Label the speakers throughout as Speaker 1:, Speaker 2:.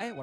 Speaker 1: 哎我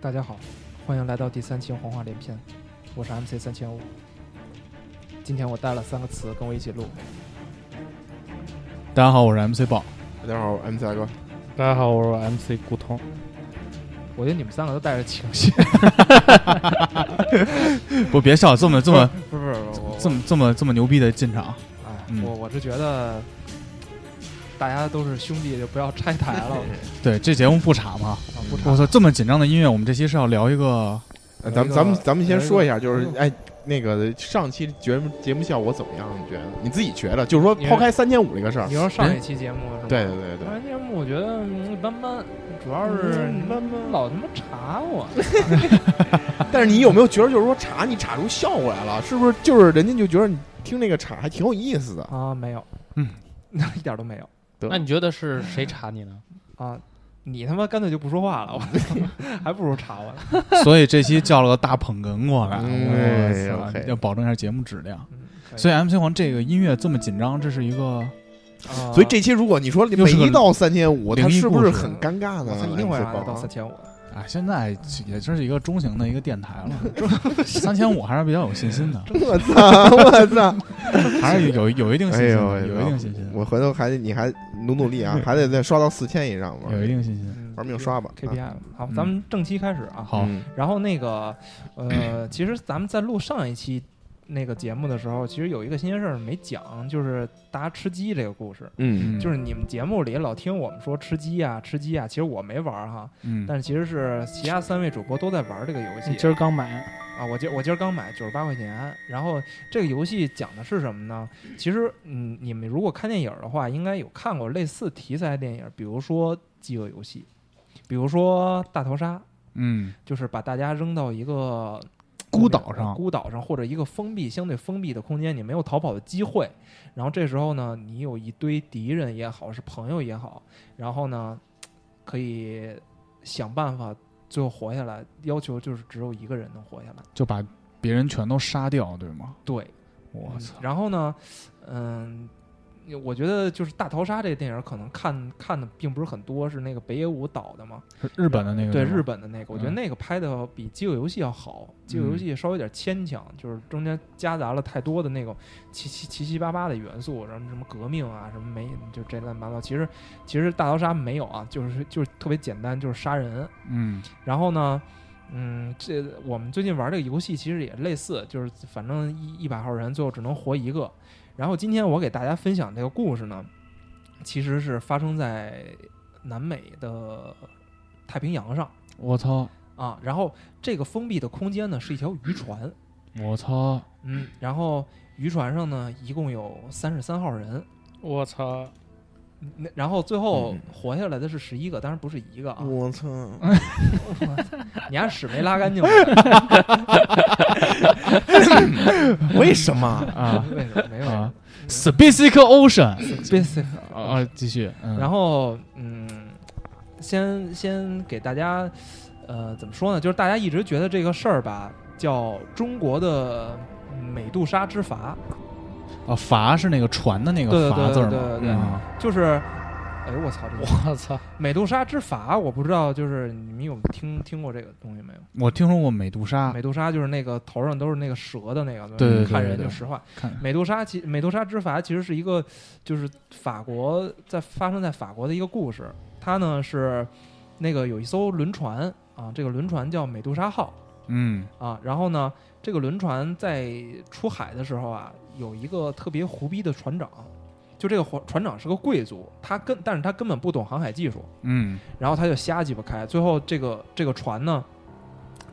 Speaker 1: 大家好，欢迎来到第三期黄话连篇，我是 MC 三千五。今天我带了三个词跟我一起录，
Speaker 2: 大家好，我是 MC 豹。
Speaker 3: 大家好，我是 MC 大哥。
Speaker 4: 大家好，我是 MC 古潼。
Speaker 1: 我觉得你们三个都带着情 绪。
Speaker 2: 不，别笑，这么这么
Speaker 1: 不是不是我
Speaker 2: 这么这么这么牛逼的进场，
Speaker 1: 哎，
Speaker 2: 嗯
Speaker 1: 我我是觉得大家都是兄弟，就不要拆台 了
Speaker 2: 对，这节目不差嘛。
Speaker 1: 啊！不
Speaker 2: 我
Speaker 1: 拆。
Speaker 2: 操，这么紧张的音乐，我们这期是要聊一 个
Speaker 3: 呃咱们咱们咱们先说一下，就是
Speaker 1: 有一个
Speaker 3: 哎，那个上期节目节目效果怎么样？你觉得？你自己觉得？就是说
Speaker 4: 你是
Speaker 3: 抛开三千五这个事儿
Speaker 1: 你，说上一期节目是吧？
Speaker 3: 对对对对
Speaker 4: 上，期节目我觉得嗯一般般，主要是你们老他妈查我，
Speaker 3: 但是你有没有觉得，就是说查你查出效果来了，是不是？就是人家就觉得你听那个查还挺有意思的。
Speaker 1: 啊，没有，
Speaker 2: 嗯，
Speaker 1: 那一点都没有
Speaker 3: 对
Speaker 4: 那你觉得是谁查你呢？
Speaker 1: 啊！你他妈干脆就不说话了，我还不如查我呢。
Speaker 2: 所以这期叫了个大捧哏过来，
Speaker 3: 嗯
Speaker 2: 我操
Speaker 3: OK
Speaker 2: 要保证一下节目质量。
Speaker 1: 嗯可以
Speaker 2: 所以 MC 黄这个音乐这么紧张，这是一个
Speaker 1: 啊
Speaker 3: 所以这期如果你说
Speaker 2: 又
Speaker 3: 每
Speaker 2: 是个
Speaker 3: 一到三千五，
Speaker 2: 灵
Speaker 3: 他
Speaker 2: 异
Speaker 3: 是不
Speaker 2: 故
Speaker 3: 是
Speaker 2: 事
Speaker 3: 很尴尬
Speaker 1: 我
Speaker 3: 呢
Speaker 1: 操，？一定会让他到
Speaker 3: MC
Speaker 1: 三千五。
Speaker 2: 啊，现在也真是一个中型的一个电台了， 三千五还是比较有信心的，
Speaker 3: 我操！我操！
Speaker 2: 还是有有一定信
Speaker 3: 哎
Speaker 2: 心
Speaker 3: 呦
Speaker 2: 的，，有一定
Speaker 3: 我
Speaker 2: 信心，
Speaker 3: 我回头还得你还努努力啊，还得再刷到四千以上嘛。
Speaker 2: 有一定信心。
Speaker 1: 嗯
Speaker 3: 玩命刷吧啊
Speaker 1: KPI 吧。好，
Speaker 2: 嗯
Speaker 1: 咱们正题开始啊。
Speaker 2: 好，
Speaker 3: 嗯
Speaker 1: 然后那个，呃，其实咱们在录上一期那个节目的时候，其实有一个新鲜事儿没讲，就是大家吃鸡这个故事。
Speaker 3: 嗯
Speaker 2: 嗯
Speaker 1: 就是你们节目里老听我们说吃鸡啊，吃鸡啊，其实我没玩儿哈，
Speaker 2: 嗯，
Speaker 1: 但是其实是其他三位主播都在玩儿这个游戏
Speaker 4: 你今儿刚买，
Speaker 1: 啊。我今我今儿刚买九十八块钱，然后这个游戏讲的是什么呢？其实嗯，你们如果看电影儿的话，应该有看过类似题材的电影儿，比如说《饥饿游戏》，比如说《大逃杀》，
Speaker 2: 嗯，
Speaker 1: 就是把大家扔到一个
Speaker 2: 孤岛上
Speaker 1: 呃孤岛上或者一个封闭、相对封闭的空间，你没有逃跑的机会。然后这时候呢，你有一堆敌人也好，是朋友也好，然后呢，可以想办法最后活下来。要求就是只有一个人能活下来。
Speaker 2: 就把别人全都杀掉，对吗？
Speaker 1: 对，
Speaker 2: 我
Speaker 1: 嗯
Speaker 2: 操，
Speaker 1: 然后呢，嗯。我觉得就是《大逃杀》这个电影，可能看看的并不是很多，是那个北野武导的嘛，
Speaker 2: 是日本的那个
Speaker 1: 对
Speaker 2: 是吧
Speaker 1: 日本的那个，我觉得
Speaker 2: 嗯
Speaker 1: 那个拍的比《饥饿游戏》要好，《饥饿游戏》稍微有点牵强，就是中间夹杂了太多的那种七七七七八八的元素，然后什么革命啊，什么没就这乱七八糟。其实其实大逃杀没有啊，就是就是特别简单，就是杀人。
Speaker 2: 嗯
Speaker 1: 然后呢，嗯，这我们最近玩这个游戏其实也类似，就是反正一一百号人最后只能活一个。然后今天我给大家分享这个故事呢，其实是发生在南美的太平洋上。
Speaker 2: 我操，
Speaker 1: 啊，然后这个封闭的空间呢是一条渔船，
Speaker 2: 我操，
Speaker 1: 嗯，然后渔船上呢一共有三十三号人，嗯
Speaker 4: 我操！
Speaker 1: 那然后最后
Speaker 3: 嗯
Speaker 1: 活下来的是十一个，当然不是一个啊，
Speaker 3: 我操！
Speaker 1: 你还屎没拉干净为
Speaker 3: 为什么？
Speaker 2: 啊
Speaker 1: 什么没有
Speaker 2: 啊，Specific Ocean
Speaker 1: ？basic
Speaker 2: 啊，继续，嗯，
Speaker 1: 然后嗯，先先给大家呃怎么说呢？就是大家一直觉得这个事儿吧，叫中国的美杜莎之筏，
Speaker 2: 啊，筏是那个船的那
Speaker 1: 对
Speaker 2: 个
Speaker 1: 对对
Speaker 2: 筏字儿
Speaker 1: 对
Speaker 2: 吗？
Speaker 1: 对对
Speaker 2: 嗯
Speaker 1: 就是。哎呦我操！这
Speaker 4: 我操！
Speaker 1: 美杜莎之筏，我不知道，就是你们有听听过这个东西没有？
Speaker 2: 我听说过美杜莎，
Speaker 1: 美杜莎就是那个头上都是那个蛇的那个，
Speaker 2: 啊对对对
Speaker 1: 看人
Speaker 2: 对对
Speaker 1: 就实话。
Speaker 2: 看
Speaker 1: 美杜莎其美杜莎之筏其实是一个，就是法国在发生在法国的一个故事。它呢是那个有一艘轮船啊，这个轮船叫美杜莎号
Speaker 2: 嗯
Speaker 1: 啊。然后呢，这个轮船在出海的时候啊，有一个特别胡逼的船长，就这个船船长是个贵族，他根但是他根本不懂航海技术。
Speaker 2: 嗯，
Speaker 1: 然后他就瞎鸡巴开，最后这个这个船呢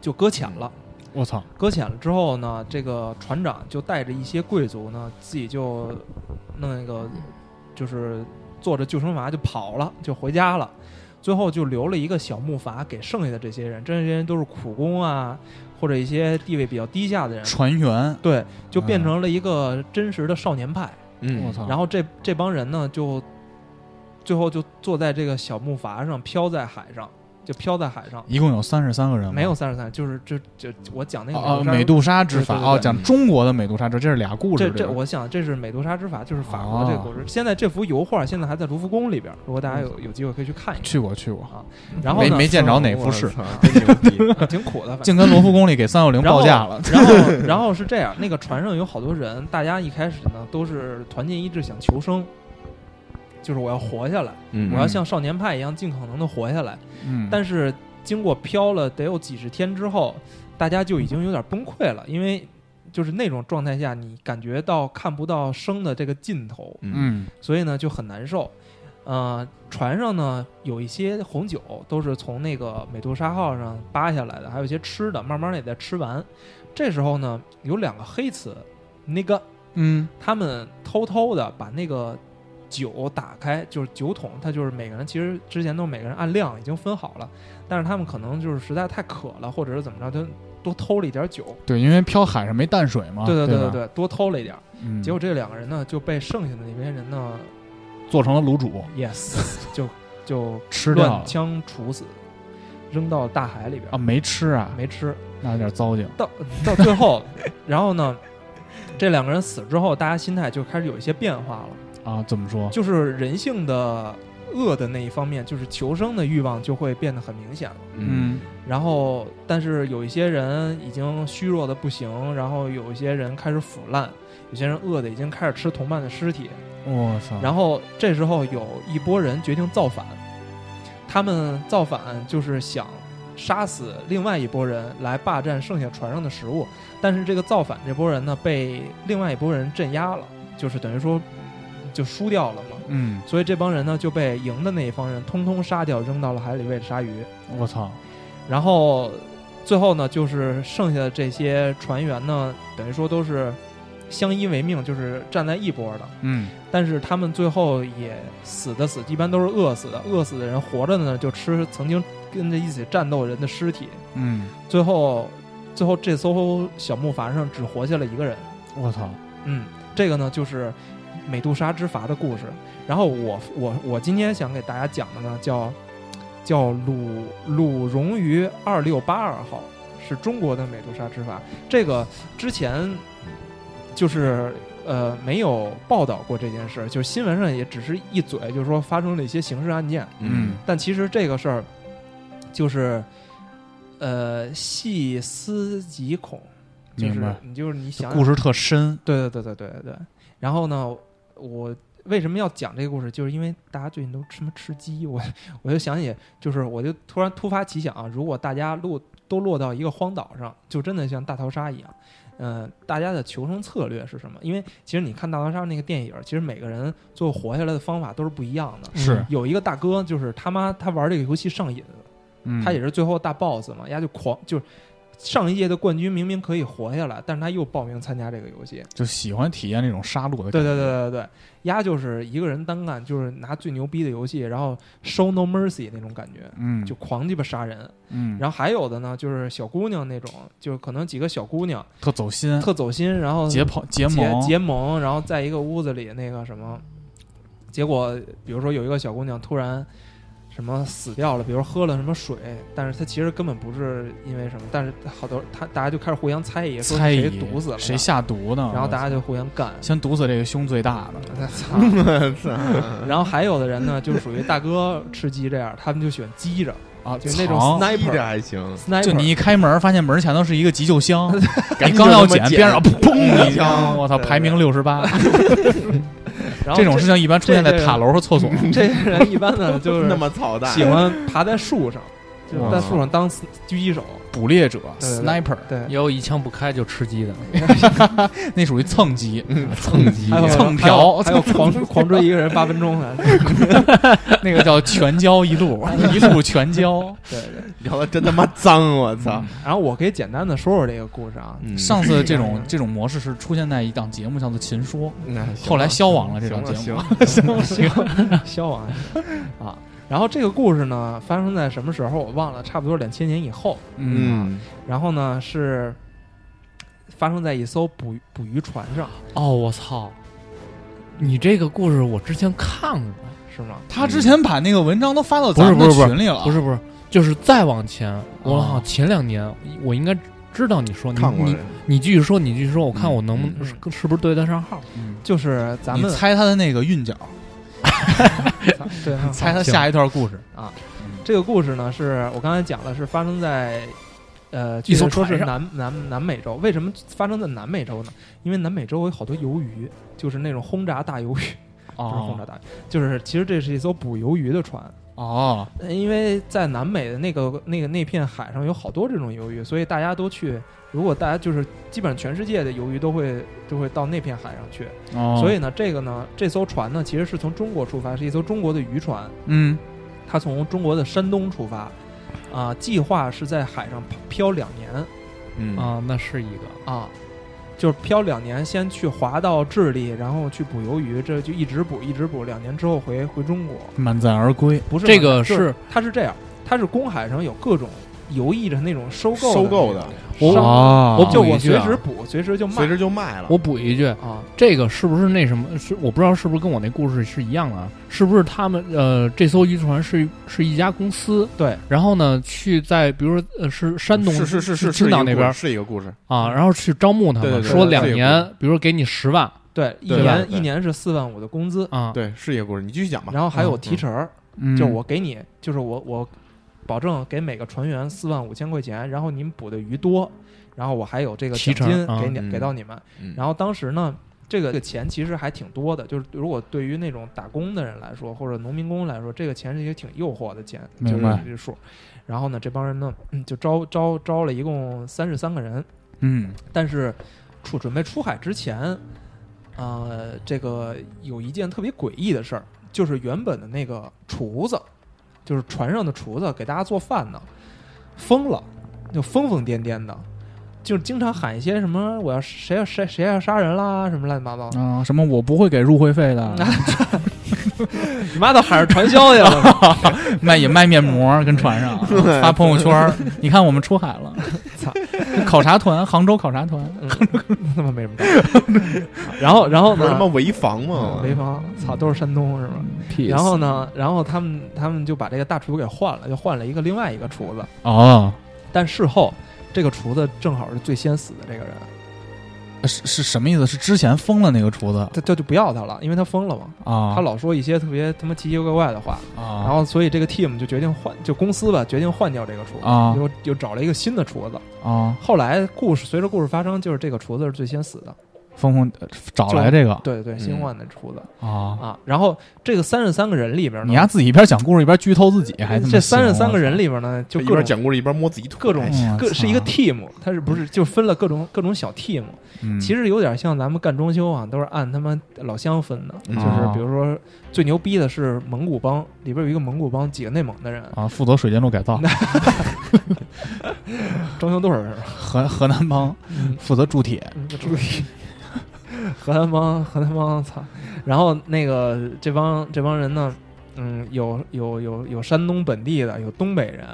Speaker 1: 就搁浅了，
Speaker 2: 我操，
Speaker 1: 搁浅了之后呢，这个船长就带着一些贵族呢，自己就弄一个，就是坐着救生筏就跑了，就回家了。最后就留了一个小木筏给剩下的这些人，这些人都是苦工啊，或者一些地位比较低下的人。
Speaker 2: 船员，
Speaker 1: 对，就
Speaker 2: 嗯
Speaker 1: 变成了一个真实的少年派。
Speaker 2: 我
Speaker 3: 嗯，
Speaker 2: 操，
Speaker 1: 然后这这帮人呢，就最后就坐在这个小木筏上，飘在海上，就飘在海上。
Speaker 2: 一共有三十三个人吗，
Speaker 1: 没有三十三，就是这这我讲那
Speaker 2: 嗯
Speaker 1: 个
Speaker 2: 哦，哦
Speaker 1: 山
Speaker 2: 美杜莎之法
Speaker 1: 对对对
Speaker 2: 哦，讲中国的美杜莎之，这是俩故事
Speaker 1: 这，
Speaker 2: 这
Speaker 1: 这，
Speaker 2: 个哦
Speaker 1: 我想这是美杜莎之筏，就是法国的这个故事。现在这幅油画现在还在卢浮宫里边，如果大家有有机会可以去看一看。
Speaker 2: 嗯
Speaker 1: 啊
Speaker 2: 去过去过，
Speaker 1: 然后呢
Speaker 2: 没没见着哪幅是
Speaker 3: 我操，真牛逼！
Speaker 1: 啊挺苦的，反正。
Speaker 2: 竟跟罗浮宫里给三六零
Speaker 1: 然后
Speaker 2: 报价了，
Speaker 1: 然后，然后是这样，那个船上有好多人，大家一开始呢都是团结一致，想求生，就是我要活下来，
Speaker 3: 嗯
Speaker 1: 我要像少年派一样尽可能的活下来。
Speaker 2: 嗯，
Speaker 1: 但是经过漂了得有几十天之后，大家就已经有点崩溃了，因为就是那种状态下，你感觉到看不到生的这个尽头，
Speaker 3: 嗯
Speaker 2: 嗯
Speaker 1: 所以呢就很难受。呃，船上呢有一些红酒都是从那个美杜莎号上扒下来的，还有一些吃的，慢慢的也在吃完。这时候呢，有两个黑词，那个
Speaker 2: 嗯
Speaker 1: 他们偷偷的把那个酒打开，就是酒桶，它就是每个人其实之前都每个人按量已经分好了，但是他们可能就是实在太渴了，或者是怎么着，就多偷了一点酒。
Speaker 2: 对，因为漂海上没淡水嘛，
Speaker 1: 对
Speaker 2: 哦对
Speaker 1: 对
Speaker 2: 吧
Speaker 1: 对，对，多偷了一点。
Speaker 2: 嗯
Speaker 1: 结果这两个人呢就被剩下的那些人呢
Speaker 2: 做成了卤煮，
Speaker 1: ，yes，就就
Speaker 2: 吃掉
Speaker 1: 乱
Speaker 2: 了
Speaker 1: 枪处死，扔到大海里边
Speaker 2: 啊，，没吃啊，
Speaker 1: 没吃。
Speaker 2: 那有点糟践，
Speaker 1: 到到最后， 然后呢，这两个人死之后，大家心态就开始有一些变化了。
Speaker 2: 啊，怎么说？
Speaker 1: 就是人性的恶的那一方面，就是求生的欲望就会变得很明显了。
Speaker 3: 嗯，
Speaker 1: 然后，但是有一些人已经虚弱的不行，然后有一些人开始腐烂，有些人饿的已经开始吃同伴的尸体。
Speaker 2: 我操，
Speaker 1: 嗯然后这时候有一波人决定造反，他们造反就是想杀死另外一波人来霸占剩下船上的食物，但是这个造反这波人呢被另外一波人镇压了，就是等于说嗯就输掉了嘛。
Speaker 2: 嗯，
Speaker 1: 所以这帮人呢就被赢的那一方人通通杀掉，扔到了海里喂鲨鱼。
Speaker 2: 我操，
Speaker 1: 然后最后呢，就是剩下的这些船员呢，等于说都是相依为命，就是站在一波的。
Speaker 2: 嗯，
Speaker 1: 但是他们最后也死的死，一般都是饿死的。饿死的人活着呢，就吃曾经跟着一起战斗人的尸体。
Speaker 2: 嗯，
Speaker 1: 最后，最后这艘小木筏上只活下了一个人。
Speaker 2: 我操，
Speaker 1: 嗯，这个呢就是美杜莎之筏的故事。然后我我我今天想给大家讲的呢叫叫鲁鲁荣于二六八二号，是中国的美杜莎之筏。这个之前就是呃没有报道过这件事，就是新闻上也只是一嘴，就是说发生了一些刑事案件，
Speaker 2: 嗯，
Speaker 1: 但其实这个事儿就是呃细思极恐。就
Speaker 2: 明
Speaker 1: 是
Speaker 2: 白
Speaker 1: 你就是你想想
Speaker 2: 故事特深，
Speaker 1: 对对对对对对。然后呢，我为什么要讲这个故事？就是因为大家最近都吃什么吃鸡，我 我就想起，就是我就突然突发奇想啊，如果大家落都落到一个荒岛上，就真的像大逃杀一样。嗯、大家的求生策略是什么？因为其实你看大逃杀那个电影，其实每个人最后活下来的方法都是不一样的。
Speaker 2: 是
Speaker 1: 有一个大哥，就是他妈他玩这个游戏上瘾，
Speaker 2: 嗯
Speaker 1: 他也是最后大 boss 嘛，丫就狂就是上一届的冠军明明可以活下来，但是他又报名参加这个游戏，
Speaker 2: 就喜欢体验这种杀戮的，
Speaker 1: 对对，对对对，压就是一个人单干，就是拿最牛逼的游戏，然后 show no mercy 那种感觉，
Speaker 2: 嗯，
Speaker 1: 就狂鸡巴杀人。
Speaker 2: 嗯，
Speaker 1: 然后还有的呢，就是小姑娘那种，就是可能几个小姑娘
Speaker 2: 特走心，
Speaker 1: 特走心，然后
Speaker 2: 结朋结
Speaker 1: 结
Speaker 2: 盟，
Speaker 1: 结盟，然后在一个屋子里那个什么，结果比如说有一个小姑娘突然。什么死掉了？比如喝了什么水，但是她其实根本不是因为什么，但是好多她大家就开始互相猜疑，说
Speaker 2: 猜
Speaker 1: 是
Speaker 2: 疑
Speaker 1: 谁毒死了她，
Speaker 2: 谁下毒呢？
Speaker 1: 然后大家
Speaker 2: 我
Speaker 1: 就互相干
Speaker 2: 操。先毒死这个胸最大的，
Speaker 1: 操！
Speaker 3: 我操，
Speaker 1: 然后还有的人呢，就属于大哥吃鸡这样，他们就喜欢鸡着
Speaker 2: 啊，
Speaker 1: 就那种
Speaker 2: 藏
Speaker 3: 那这
Speaker 1: sniper
Speaker 3: 还行，
Speaker 1: sniper。
Speaker 2: 就你一开门，发现门前头是一个急救箱， 你刚
Speaker 3: 就
Speaker 2: 要
Speaker 3: 他妈
Speaker 2: 捡，边上砰一枪，
Speaker 3: 枪
Speaker 2: 我操，
Speaker 1: 嗯对
Speaker 2: 排名六十八。
Speaker 1: 然后
Speaker 2: 这种事情一
Speaker 1: 嗯
Speaker 2: 般出现在塔楼和厕所。
Speaker 1: 这些人一般呢，就是
Speaker 3: 那么操蛋，
Speaker 1: 喜欢爬在树上，就
Speaker 2: 哇
Speaker 1: 在树上当狙击手，
Speaker 2: 捕猎者
Speaker 1: 对对
Speaker 2: sniper，
Speaker 1: 对，
Speaker 4: 也有一枪不开就吃鸡的，
Speaker 2: 那属于蹭鸡，
Speaker 4: 蹭鸡
Speaker 1: 嗯还有
Speaker 2: 蹭嫖
Speaker 1: 还有还有狂狂追一个人八分钟啊，
Speaker 2: 那个叫全交一路，一路全交。
Speaker 1: 对对。
Speaker 3: 聊的真他妈脏，我操！
Speaker 1: 然后我可以简单的说说这个故事啊，
Speaker 3: 嗯
Speaker 2: 上次这种这种模式是出现在一档节目叫做《秦说
Speaker 3: 那行》，
Speaker 1: 啊
Speaker 2: 后来
Speaker 3: 了
Speaker 2: 消亡了这
Speaker 3: 行
Speaker 2: 档
Speaker 3: 了
Speaker 2: 节
Speaker 3: 行
Speaker 2: 目
Speaker 3: 了。
Speaker 1: 行，消亡啊。然后这个故事呢，发生在什么时候我忘了，差不多两千年以后。
Speaker 2: 嗯，
Speaker 3: 嗯，
Speaker 1: 然后呢是发生在一艘捕捕鱼船上，
Speaker 4: 哦，我操！你这个故事我之前看过，
Speaker 1: 是吗？
Speaker 2: 他之前把那个文章都发到咱们
Speaker 4: 不
Speaker 2: 的
Speaker 4: 是不是
Speaker 2: 群里了，
Speaker 4: 不是不是，就是再往前，我
Speaker 2: 哦
Speaker 4: 好像前两年我应该知道你说你
Speaker 3: 看过
Speaker 4: 你
Speaker 3: 了
Speaker 4: 你继续说，你继续说，我看我能不
Speaker 1: 嗯
Speaker 4: 能是是不是对得上号？
Speaker 2: 嗯，
Speaker 1: 就是咱们
Speaker 2: 你猜他的那个韵脚，
Speaker 1: 对啊
Speaker 2: 猜他
Speaker 4: 行
Speaker 2: 下一段故事
Speaker 1: 啊。这个故事呢，是我刚才讲了，是发生在呃，
Speaker 2: 一艘
Speaker 1: 据说
Speaker 2: 船
Speaker 1: 是
Speaker 2: 上
Speaker 1: 南南南美洲。为什么发生在南美洲呢？因为南美洲有好多鱿鱼，就是那种轰炸大鱿鱼，不是轰炸
Speaker 2: 哦
Speaker 1: 大鱼，就是其实这是一艘捕鱿鱼的船。
Speaker 2: 哦，
Speaker 1: 呃因为在南美的那个那个那片海上有好多这种鱿鱼，所以大家都去。如果大家就是基本上全世界的鱿鱼都会都会到那片海上去，
Speaker 2: 哦
Speaker 1: 所以呢，这个呢，这艘船呢其实是从中国出发，是一艘中国的渔船，
Speaker 2: 嗯
Speaker 1: 它从中国的山东出发，啊、计划是在海上漂两年
Speaker 3: 嗯
Speaker 4: 啊，那是一个
Speaker 1: 啊，就是漂两年，先去划到智利，然后去捕鱿鱼，这就一直捕一直捕，两年之后回回中国。
Speaker 2: 满载而归，
Speaker 1: 不是
Speaker 4: 这个
Speaker 1: 就是它是这样，它是公海上有各种游弋着那种收购
Speaker 3: 收购
Speaker 1: 的
Speaker 3: 的，
Speaker 1: 那种商品，
Speaker 2: 哦
Speaker 4: 我
Speaker 1: 就
Speaker 4: 补
Speaker 1: 我
Speaker 4: 一句
Speaker 1: 随
Speaker 4: 啊
Speaker 1: 时捕，随时就卖
Speaker 3: 随时就卖了。
Speaker 4: 我补一句，
Speaker 1: 啊，
Speaker 4: 这个是不是那什么？是我不知道是不是跟我那故事是一样的啊？是不是他们呃，这艘渔船是是一家公司？
Speaker 1: 对，
Speaker 4: 然后呢，去在比如说呃是山东
Speaker 3: 是是是是
Speaker 4: 青岛那边
Speaker 3: 是一个故事，
Speaker 4: 啊，然后去招募他们，
Speaker 3: 对对对
Speaker 4: 说
Speaker 1: 对
Speaker 4: 两
Speaker 3: 这个
Speaker 4: 年，比如说给你十万
Speaker 1: 对，一
Speaker 3: 对
Speaker 1: 年
Speaker 3: 对
Speaker 1: 一年是四万五的工资，
Speaker 4: 啊，
Speaker 3: 对，是一个故事。你继续讲吧。
Speaker 1: 然后还有
Speaker 3: 嗯
Speaker 1: 提成儿，
Speaker 2: 嗯
Speaker 1: 就是我给你，就是我我保证给每个船员四万五千块钱，然后你们捕的鱼多，然后我还有这个
Speaker 4: 提
Speaker 1: 奖
Speaker 4: 成
Speaker 1: 金
Speaker 4: 啊
Speaker 1: 给你、
Speaker 3: 嗯
Speaker 1: 给到你们。
Speaker 3: 嗯
Speaker 1: 然后当时呢，这个这个钱其实还挺多的，就是如果对于那种打工的人来说，或者农民工来说，这个钱是一个挺诱惑的钱，就是
Speaker 2: 明白
Speaker 1: 这数。然后呢，这帮人呢嗯就招招招了一共三十三个人，
Speaker 2: 嗯
Speaker 1: 但是出准备出海之前，呃，这个有一件特别诡异的事儿，就是原本的那个厨子，就是船上的厨子给大家做饭呢，疯了，就疯疯癫癫的，就是经常喊一些什么我要谁要谁谁要杀人啦什么乱七八糟的，
Speaker 2: 啊什么我不会给入会费的，
Speaker 1: 你妈都喊上传销去了，
Speaker 2: 卖也卖面膜跟船上 发朋友圈儿，你看我们出海了，
Speaker 1: 操，
Speaker 2: 考察团杭州考察团，
Speaker 1: 他妈没什么干。然后然后嗯
Speaker 3: 不是他妈
Speaker 1: 呢？
Speaker 3: 潍坊吗？
Speaker 1: 潍坊，操，都是山东是吧？
Speaker 2: 屁
Speaker 1: 然后呢，然后他们他们就把这个大厨给换了，就换了一个另外一个厨子。
Speaker 2: 哦
Speaker 1: 但事后这个厨子正好是最先死的这个人，
Speaker 2: 是是什么意思？是之前封了那个厨子
Speaker 1: 他他就不要他了，因为他疯了嘛，
Speaker 2: 啊？
Speaker 1: 他老说一些特别他妈奇奇怪怪的话，
Speaker 2: 啊，
Speaker 1: 然后所以这个 team 就决定换，就公司吧决定换掉这个厨子，
Speaker 2: 啊
Speaker 1: 又又找了一个新的厨子。
Speaker 2: 啊，
Speaker 1: 后来故事随着故事发生，就是这个厨子是最先死的，
Speaker 2: 峰峰呃找
Speaker 1: 就
Speaker 2: 来这个
Speaker 1: 对对，
Speaker 3: 嗯
Speaker 1: 新换的厨子、
Speaker 2: 啊，
Speaker 1: 啊。然后这个三十三个人里边呢，
Speaker 2: 你丫自己一边讲故事一边剧透自己，还他妈
Speaker 1: 这
Speaker 2: 行
Speaker 1: 三十三个人里边呢，就
Speaker 3: 一
Speaker 1: 各
Speaker 3: 边
Speaker 1: 种。
Speaker 3: 讲故事一边摸自己腿，
Speaker 1: 各种
Speaker 3: 哎呀
Speaker 2: 我
Speaker 1: 各
Speaker 2: 操
Speaker 1: 是一个 team，他是不是就分了各种各种小 team？
Speaker 2: 嗯
Speaker 1: 其实有点像咱们干装修啊，都是按他们老乡分的，
Speaker 3: 嗯
Speaker 1: 就是比如说最牛逼的是蒙古帮，里边有一个蒙古帮，几个内蒙的人，
Speaker 2: 啊，负责水电路改造，
Speaker 1: 装修队儿是吧，
Speaker 2: 河河南帮
Speaker 1: 嗯
Speaker 2: 负责铸铁，
Speaker 1: 河南帮，河南帮，操！然后那个这帮这帮人呢，嗯，有有有有山东本地的，有东北人，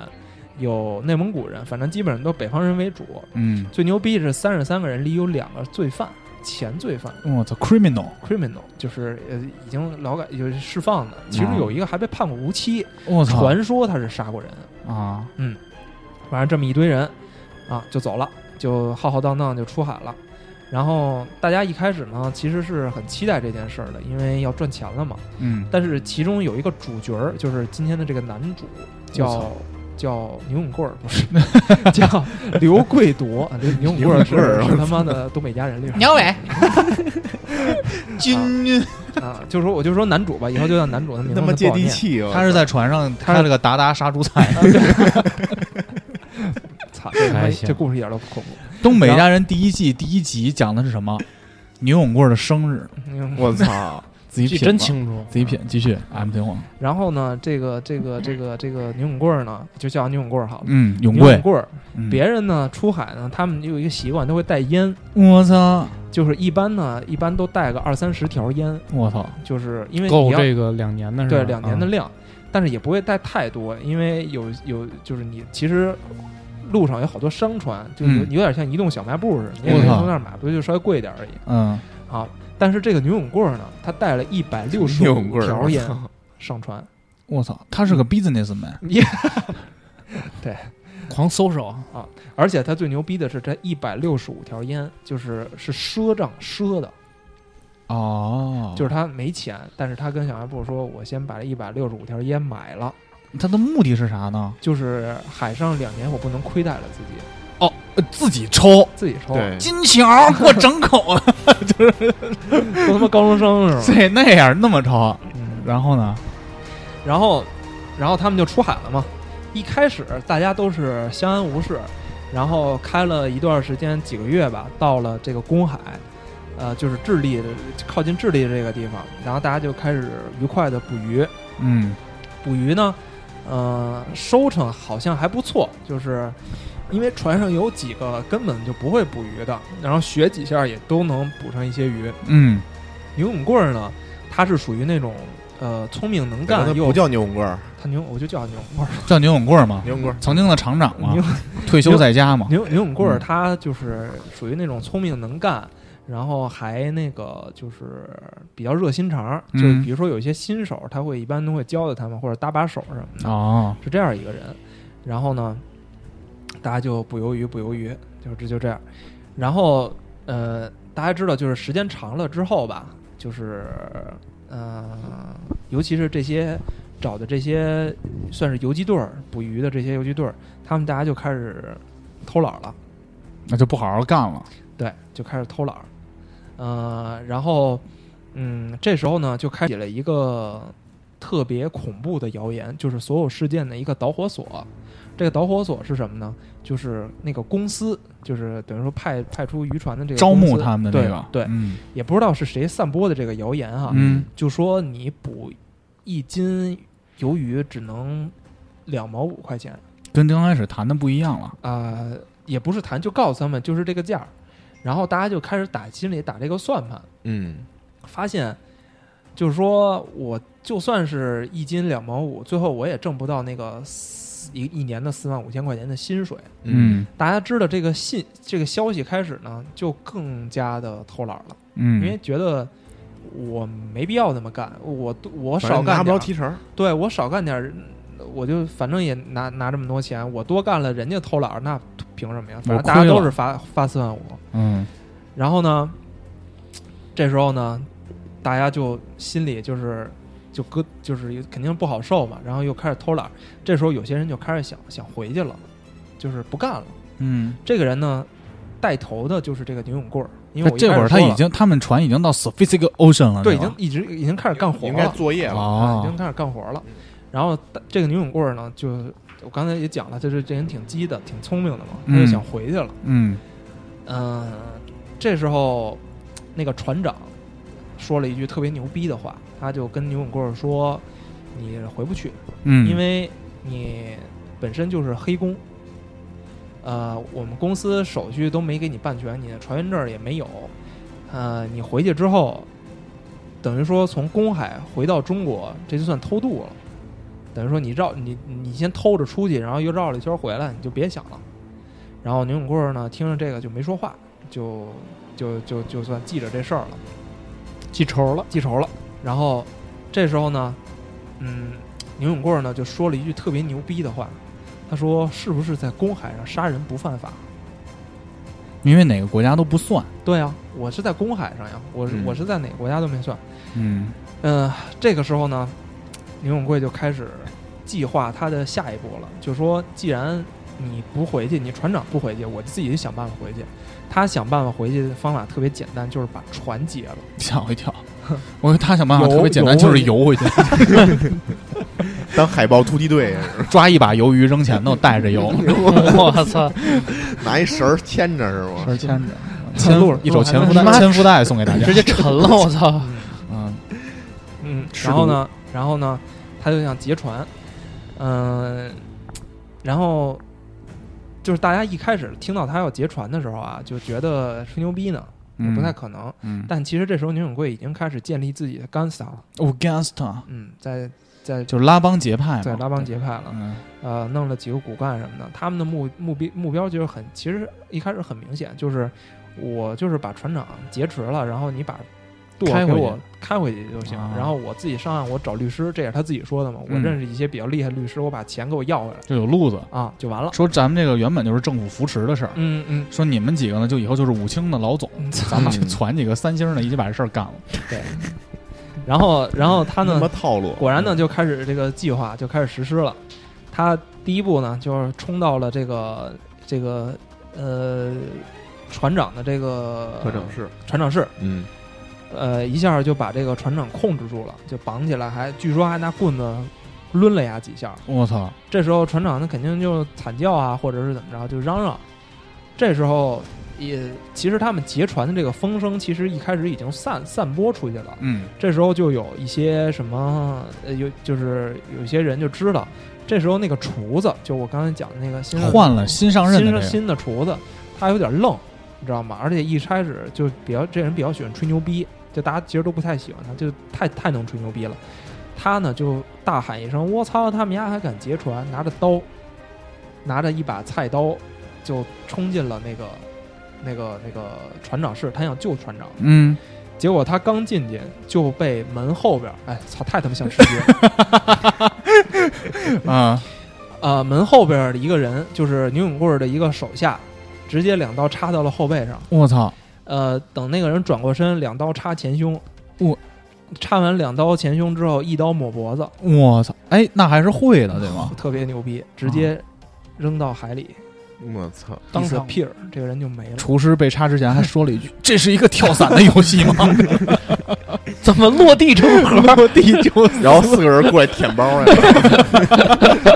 Speaker 1: 有内蒙古人，反正基本上都北方人为主。
Speaker 2: 嗯，
Speaker 1: 最牛逼是三十三个人里有两个罪犯，前罪犯。
Speaker 2: 我操，criminal，
Speaker 1: criminal，就是呃已经劳改就是释放的，其中
Speaker 2: 哦
Speaker 1: 有一个还被判过无期，
Speaker 2: 我操
Speaker 1: 传说他是杀过人，
Speaker 2: 啊，
Speaker 1: 反正这么一堆人啊就走了，就浩浩荡荡就出海了。然后大家一开始呢，其实是很期待这件事儿的，因为要赚钱了嘛。
Speaker 2: 嗯，
Speaker 1: 但是其中有一个主角儿，就是今天的这个男主，
Speaker 2: 我
Speaker 1: 叫
Speaker 2: 操
Speaker 1: 叫牛永贵儿，不是 叫刘贵夺 啊，刘牛永贵儿
Speaker 3: 牛永贵儿
Speaker 1: 是是他妈的东北家人里边儿
Speaker 2: 伟，
Speaker 1: 君
Speaker 2: 君
Speaker 1: 啊，就说我就说男主吧，以后就叫男主的名字，
Speaker 5: 那么
Speaker 1: 不
Speaker 5: 接
Speaker 1: 好
Speaker 5: 地
Speaker 1: 念
Speaker 5: 气
Speaker 3: 啊
Speaker 5: 哦。
Speaker 2: 他是在船上
Speaker 1: 他
Speaker 2: 开了个达达杀猪菜，
Speaker 1: 操，这他妈
Speaker 4: 还行
Speaker 1: 这故事一点都不恐怖。
Speaker 2: 《东北一家人》第一季第一集讲的是什么？牛永贵的生日，
Speaker 1: 嗯
Speaker 3: 我操！
Speaker 2: 自己
Speaker 4: 记
Speaker 2: 品吧
Speaker 4: 真，清楚。
Speaker 2: 自己
Speaker 1: 啊
Speaker 2: 品。继续，M 听我，
Speaker 1: 然后呢，这个这个这个这个牛永贵儿呢，就叫牛永贵儿好了。
Speaker 2: 嗯，永
Speaker 1: 牛
Speaker 2: 贵
Speaker 1: 永，贵儿，
Speaker 2: 嗯
Speaker 1: 别，人呢出海呢，他们有一个习惯，都会带烟，
Speaker 2: 我操，
Speaker 1: 就是一般呢，一般都带个二三十条烟，
Speaker 2: 我操，
Speaker 1: 就是因为你
Speaker 4: 够
Speaker 1: 要
Speaker 4: 这个两年的是吧？
Speaker 1: 对两年的
Speaker 4: 啊
Speaker 1: 量，但是也不会带太多，因为有有就是你其实路上有好多商船，就有
Speaker 2: 嗯
Speaker 1: 有点像移动小卖部似的，你也
Speaker 2: 我
Speaker 1: 可以
Speaker 2: 靠
Speaker 1: 从那儿买，不就稍微贵一点而已
Speaker 2: 嗯，
Speaker 1: 啊。但是这个牛永贵儿呢，他带了一百六十
Speaker 3: 牛永
Speaker 1: 五
Speaker 3: 贵儿
Speaker 1: 条
Speaker 3: 我
Speaker 1: 烟
Speaker 3: 操
Speaker 1: 上船，
Speaker 2: 我操，他
Speaker 1: 嗯
Speaker 2: 是个 businessman，
Speaker 4: 狂搜手，
Speaker 1: 而且他最牛逼的是这一百六十五条烟，就是是赊账赊的，
Speaker 2: 哦，
Speaker 1: 就是他没钱，但是他跟小卖部说，我先把这一百六十五条烟买了，
Speaker 2: 他的目的是啥呢？
Speaker 1: 就是海上两年我不能亏待了自己，
Speaker 2: 哦，呃自己抽，
Speaker 1: 自己抽，
Speaker 3: 对，
Speaker 2: 金条 给我整口了，
Speaker 1: 都他妈高中生是吧？
Speaker 2: 对，那样那么抽，
Speaker 1: 嗯，
Speaker 2: 然后呢？
Speaker 1: 然后，然后他们就出海了嘛。一开始大家都是相安无事，然后开了一段时间，几个月吧，到了这个公海，呃，就是智利的靠近智利的这个地方，然后大家就开始愉快的捕鱼。
Speaker 2: 嗯，
Speaker 1: 捕鱼呢，呃，收成好像还不错，就是因为船上有几个根本就不会捕鱼的，然后学几下也都能捕上一些鱼。
Speaker 2: 嗯，
Speaker 1: 牛永贵儿呢，他是属于那种呃聪明能
Speaker 3: 但
Speaker 1: 干
Speaker 3: 是他
Speaker 1: 又
Speaker 3: 不叫牛永贵儿，
Speaker 1: 他牛，我就叫他牛永贵儿。
Speaker 2: 叫牛永贵嘛，
Speaker 3: 牛永贵儿
Speaker 2: 曾经的厂长嘛
Speaker 1: 牛，
Speaker 2: 退休在家嘛，
Speaker 1: 牛牛永贵儿
Speaker 2: 嗯
Speaker 1: 他就是属于那种聪明能干，然后还那个就是比较热心肠儿，
Speaker 2: 嗯
Speaker 1: 就是比如说有一些新手，他会一般都会教教他们或者搭把手什么的，
Speaker 2: 哦，
Speaker 1: 是这样一个人。然后呢，大家就捕鱿鱼捕鱿鱼，就这就这样。然后呃，大家知道就是时间长了之后吧，就是呃，尤其是这些。找的这些算是游击队儿捕鱼的这些游击队儿，他们大家就开始偷懒儿了，
Speaker 2: 那就不好好干了，
Speaker 1: 对，就开始偷懒儿。呃，然后，嗯，这时候呢，就开启了一个特别恐怖的谣言，就是所有事件的一个导火索。这个导火索是什么呢？就是那个公司，就是等于说派派出渔船的这个
Speaker 2: 招募
Speaker 1: 公司
Speaker 2: 他们的那个，
Speaker 1: 对对，
Speaker 2: 嗯
Speaker 1: 也不知道是谁散播的这个谣言啊，
Speaker 2: 嗯
Speaker 1: 就说你捕一斤鱿鱼只能两毛五块钱，
Speaker 2: 跟刚开始谈的不一样了，
Speaker 1: 啊，也不是谈，就告诉他们就是这个价儿，然后大家就开始打心里打这个算盘，
Speaker 3: 嗯，
Speaker 1: 发现就是说我就算是一斤两毛五，最后我也挣不到那个四一一年的四万五千块钱的薪水。
Speaker 2: 嗯
Speaker 1: 大家知道这个信这个消息开始呢，就更加的偷懒了，因为
Speaker 2: 嗯，
Speaker 1: 觉得。我没必要那么干，我我
Speaker 3: 反
Speaker 1: 少
Speaker 3: 正
Speaker 1: 干
Speaker 3: 拿不
Speaker 1: 点儿
Speaker 3: 着提成儿，
Speaker 1: 对我少干点儿，我就反正也拿拿这么多钱，我多干了，人家偷懒儿，那凭什么呀？反正大家
Speaker 2: 亏了
Speaker 1: 都是发发四万五，
Speaker 2: 嗯
Speaker 1: 然后呢，这时候呢，大家就心里就是就搁就是肯定不好受嘛，然后又开始偷懒儿。这时候有些人就开始想想回去了，就是不干了。
Speaker 2: 嗯，
Speaker 1: 这个人呢，带头的就是这个牛永贵儿，因
Speaker 2: 他
Speaker 1: 为我一
Speaker 2: 这
Speaker 1: 开
Speaker 2: 会
Speaker 1: 始
Speaker 2: 儿他
Speaker 1: 说
Speaker 2: 已
Speaker 1: 了
Speaker 2: 经，他们船已经到 Sophisticated Ocean 了，
Speaker 1: 对已
Speaker 2: 是
Speaker 1: 经
Speaker 2: 吧
Speaker 1: 一直已经开始干活
Speaker 3: 应该
Speaker 1: 了，
Speaker 3: 作业了。
Speaker 1: 啊，
Speaker 2: 哦
Speaker 1: 已经，开始干活了。然后大这个牛永贵儿呢，就我刚才也讲了，就是这人挺机的，挺聪明的嘛，他就
Speaker 2: 嗯
Speaker 1: 想回去了。
Speaker 2: 嗯
Speaker 1: 嗯、这时候那个船长说了一句特别牛逼的话，他就跟牛永贵儿说：“你回不去，
Speaker 2: 嗯，
Speaker 1: 因为你本身就是黑工。呃，我们公司手续都没给你办全，你的船员证儿也没有。呃，你回去之后，等于说从公海回到中国，这就算偷渡了。等于说你绕你你先偷着出去，然后又绕了一圈回来，你就别想了。然后牛永贵儿呢，听着这个就没说话，就就就就算记着这事儿了。
Speaker 4: 记仇了，
Speaker 1: 记仇了。然后这时候呢，嗯，牛永贵儿呢就说了一句特别牛逼的话，他说：“是不是在公海上杀人不犯法
Speaker 2: 因为哪个国家都不算，？”
Speaker 1: 对啊，我是在公海上呀，我是、
Speaker 3: 嗯
Speaker 1: 我是在哪个国家都没算。
Speaker 2: 嗯
Speaker 1: 嗯、这个时候呢，牛永贵就开始计划他的下一步了，就说既然你不回去，你船长不回去，我自己想办法回去。他想办法回去的方法特别简单，就是把船劫了。
Speaker 2: 吓我一跳。我以为他想办法
Speaker 1: 游
Speaker 2: 特别简单，
Speaker 1: 游
Speaker 2: 就是游回去，
Speaker 3: 当海豹突击 队，
Speaker 2: 抓一把鱿鱼扔前头，带着游，
Speaker 4: 我操！
Speaker 3: 拿一绳儿牵着是吗？
Speaker 2: 手牵着， 牵
Speaker 1: 路
Speaker 2: 一手
Speaker 1: 路
Speaker 2: 牵
Speaker 1: 还
Speaker 2: 腹
Speaker 1: 没
Speaker 2: 带，牵腹带送给大家
Speaker 4: 直。接沉了，我操！
Speaker 2: 嗯，
Speaker 1: 嗯，
Speaker 3: 吃
Speaker 1: 然后
Speaker 3: 毒
Speaker 1: 呢，然后呢，他就想劫船，嗯、然后就是大家一开始听到他要劫船的时候啊，就觉得吹牛逼呢，
Speaker 2: 嗯
Speaker 1: 不太可能。
Speaker 2: 嗯
Speaker 1: 但其实这时候牛永贵已经开始建立自己的 gangsta 了，
Speaker 2: o g a n s t a
Speaker 1: 嗯，在在
Speaker 2: 就是拉帮结派嘛，
Speaker 1: 在拉帮结派了，
Speaker 2: 嗯，
Speaker 1: 呃，弄了几个骨干什么的，他们的目目标目标就是很，其实一开始很明显，就是我就是把船长劫持了，然后你把舵
Speaker 2: 开
Speaker 1: 给
Speaker 2: 回去
Speaker 1: 我开回去就行，
Speaker 2: 啊
Speaker 1: 然后我自己上岸，我找律师，这也是他自己说的嘛，我
Speaker 2: 嗯
Speaker 1: 认识一些比较厉害的律师，我把钱给我要回来
Speaker 2: 就有路子。
Speaker 1: 啊，就完了。
Speaker 2: 说咱们这个原本就是政府扶持的事儿，
Speaker 1: 嗯嗯，
Speaker 2: 说你们几个呢，就以后就是武清的老总，
Speaker 1: 嗯
Speaker 2: 咱们就
Speaker 3: 嗯
Speaker 2: 攒几个三星的，一起把这事儿干了。
Speaker 1: 然后然后他
Speaker 3: 什
Speaker 1: 呢
Speaker 3: 么，套路？
Speaker 1: 果然呢就开始这个计划就开始实施了。他第一步呢就是冲到了这个这个呃船长的这个
Speaker 3: 科长是，
Speaker 1: 船长室，
Speaker 3: 嗯，
Speaker 1: 呃，一下就把这个船长控制住了，就绑起来还，据说还拿棍子抡了他几下。
Speaker 2: 我操，
Speaker 1: 这时候船长那肯定就惨叫啊，或者是怎么着，就嚷嚷。这时候也其实他们劫船的这个风声，其实一开始已经散散播出去了。
Speaker 2: 嗯，
Speaker 1: 这时候就有一些什么，呃，有就是有些人就知道，这时候那个厨子，就我刚才讲的那个新任
Speaker 2: 换了新上任
Speaker 1: 新
Speaker 2: 的
Speaker 1: 生
Speaker 2: 这个，
Speaker 1: 新的厨子，他有点愣，你知道吗？而且一开始就比较这人比较喜欢吹牛逼，就大家其实都不太喜欢他，就太太能吹牛逼了。他呢就大喊一声：“我操！他们家还敢劫船！”拿着刀，拿着一把菜刀，就冲进了那个那个那个船长室，他想救船长。
Speaker 2: 嗯，
Speaker 1: 结果他刚进去就被门后边儿，哎操，太他妈像吃鸡 了！
Speaker 2: 啊，
Speaker 1: 呃，门后边儿的一个人，就是牛永贵儿的一个手下，直接两刀插到了后背上。
Speaker 2: 我操，
Speaker 1: 呃，等那个人转过身，两刀插前胸，
Speaker 2: 我
Speaker 1: 插完两刀前胸之后，一刀抹脖子，
Speaker 2: 我操，哎，那还是会的，对 吗？
Speaker 1: 特别牛逼，直接扔到海里，
Speaker 3: 我操，
Speaker 1: 当
Speaker 4: 当
Speaker 1: 时
Speaker 4: 场
Speaker 1: p 尔这个人就没了。
Speaker 2: 厨师被插之前还说了一句：“这是一个跳伞的游 戏吗
Speaker 4: 怎么落地成 盒？落地就
Speaker 3: 然后四个人过来舔包来 了，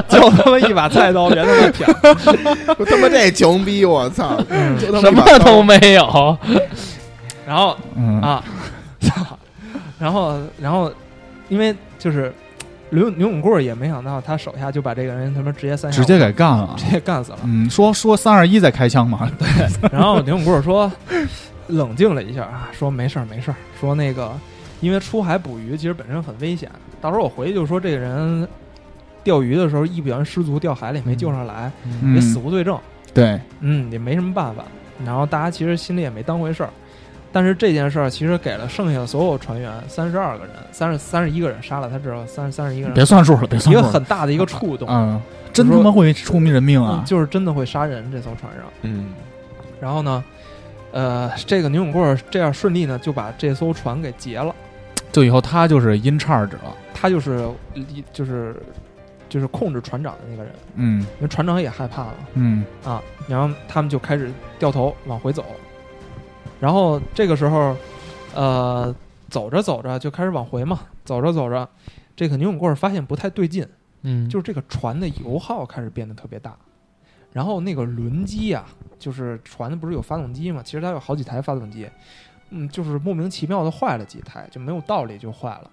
Speaker 1: 就他妈一把菜刀，别他 妈舔。
Speaker 3: 说他妈这穷逼，我 操，就他妈
Speaker 4: 什
Speaker 3: 一把
Speaker 4: 么
Speaker 3: 刀
Speaker 4: 都没有。
Speaker 1: 然后？”
Speaker 2: 嗯，
Speaker 1: 啊，操然后然后，因为就是刘刘永贵儿也没想到，他手下就把这个人他妈直接三下
Speaker 2: 直接给干了。
Speaker 1: 直接干死了。
Speaker 2: 嗯，说说三二一再开枪嘛。
Speaker 1: 然后刘永贵说，冷静了一下啊，说没事儿没事儿，说那个因为出海捕鱼其实本身很危险，到时候我回去就说这个人钓鱼的时候一不小心失足掉海里没救上来，也死
Speaker 2: 嗯，
Speaker 1: 无对证，
Speaker 2: 对，
Speaker 1: 嗯，也没什么办法。然后大家其实心里也没当回事儿，但是这件事儿其实给了剩下的所有船员三十二个人，三十三十一个人杀了他之后，三三十一个
Speaker 2: 别
Speaker 1: 人，
Speaker 2: 算数了，别
Speaker 1: 一
Speaker 2: 算
Speaker 1: 个
Speaker 2: 数了。
Speaker 1: 很大的一个触动，
Speaker 2: 嗯，真他妈会出名人命
Speaker 1: 嗯
Speaker 2: 啊！
Speaker 1: 就是真的会杀人这艘船上。
Speaker 3: 嗯，
Speaker 1: 然后呢，呃，这个牛永贵儿这样顺利呢，就把这艘船给劫了。
Speaker 2: 就以后他就是 in charge 了。
Speaker 1: 他就是就是就是控制船长的那个人，
Speaker 2: 嗯
Speaker 1: 因为船长也害怕了
Speaker 2: 嗯，
Speaker 1: 啊。然后他们就开始掉头往回走。然后这个时候，呃，走着走着就开始往回嘛，走着走着，这个牛永贵儿发现不太对劲，
Speaker 4: 嗯，
Speaker 1: 就是这个船的油耗开始变得特别大，然后那个轮机啊，就是船不是有发动机嘛，其实它有好几台发动机，嗯，就是莫名其妙的坏了几台，就没有道理就坏了。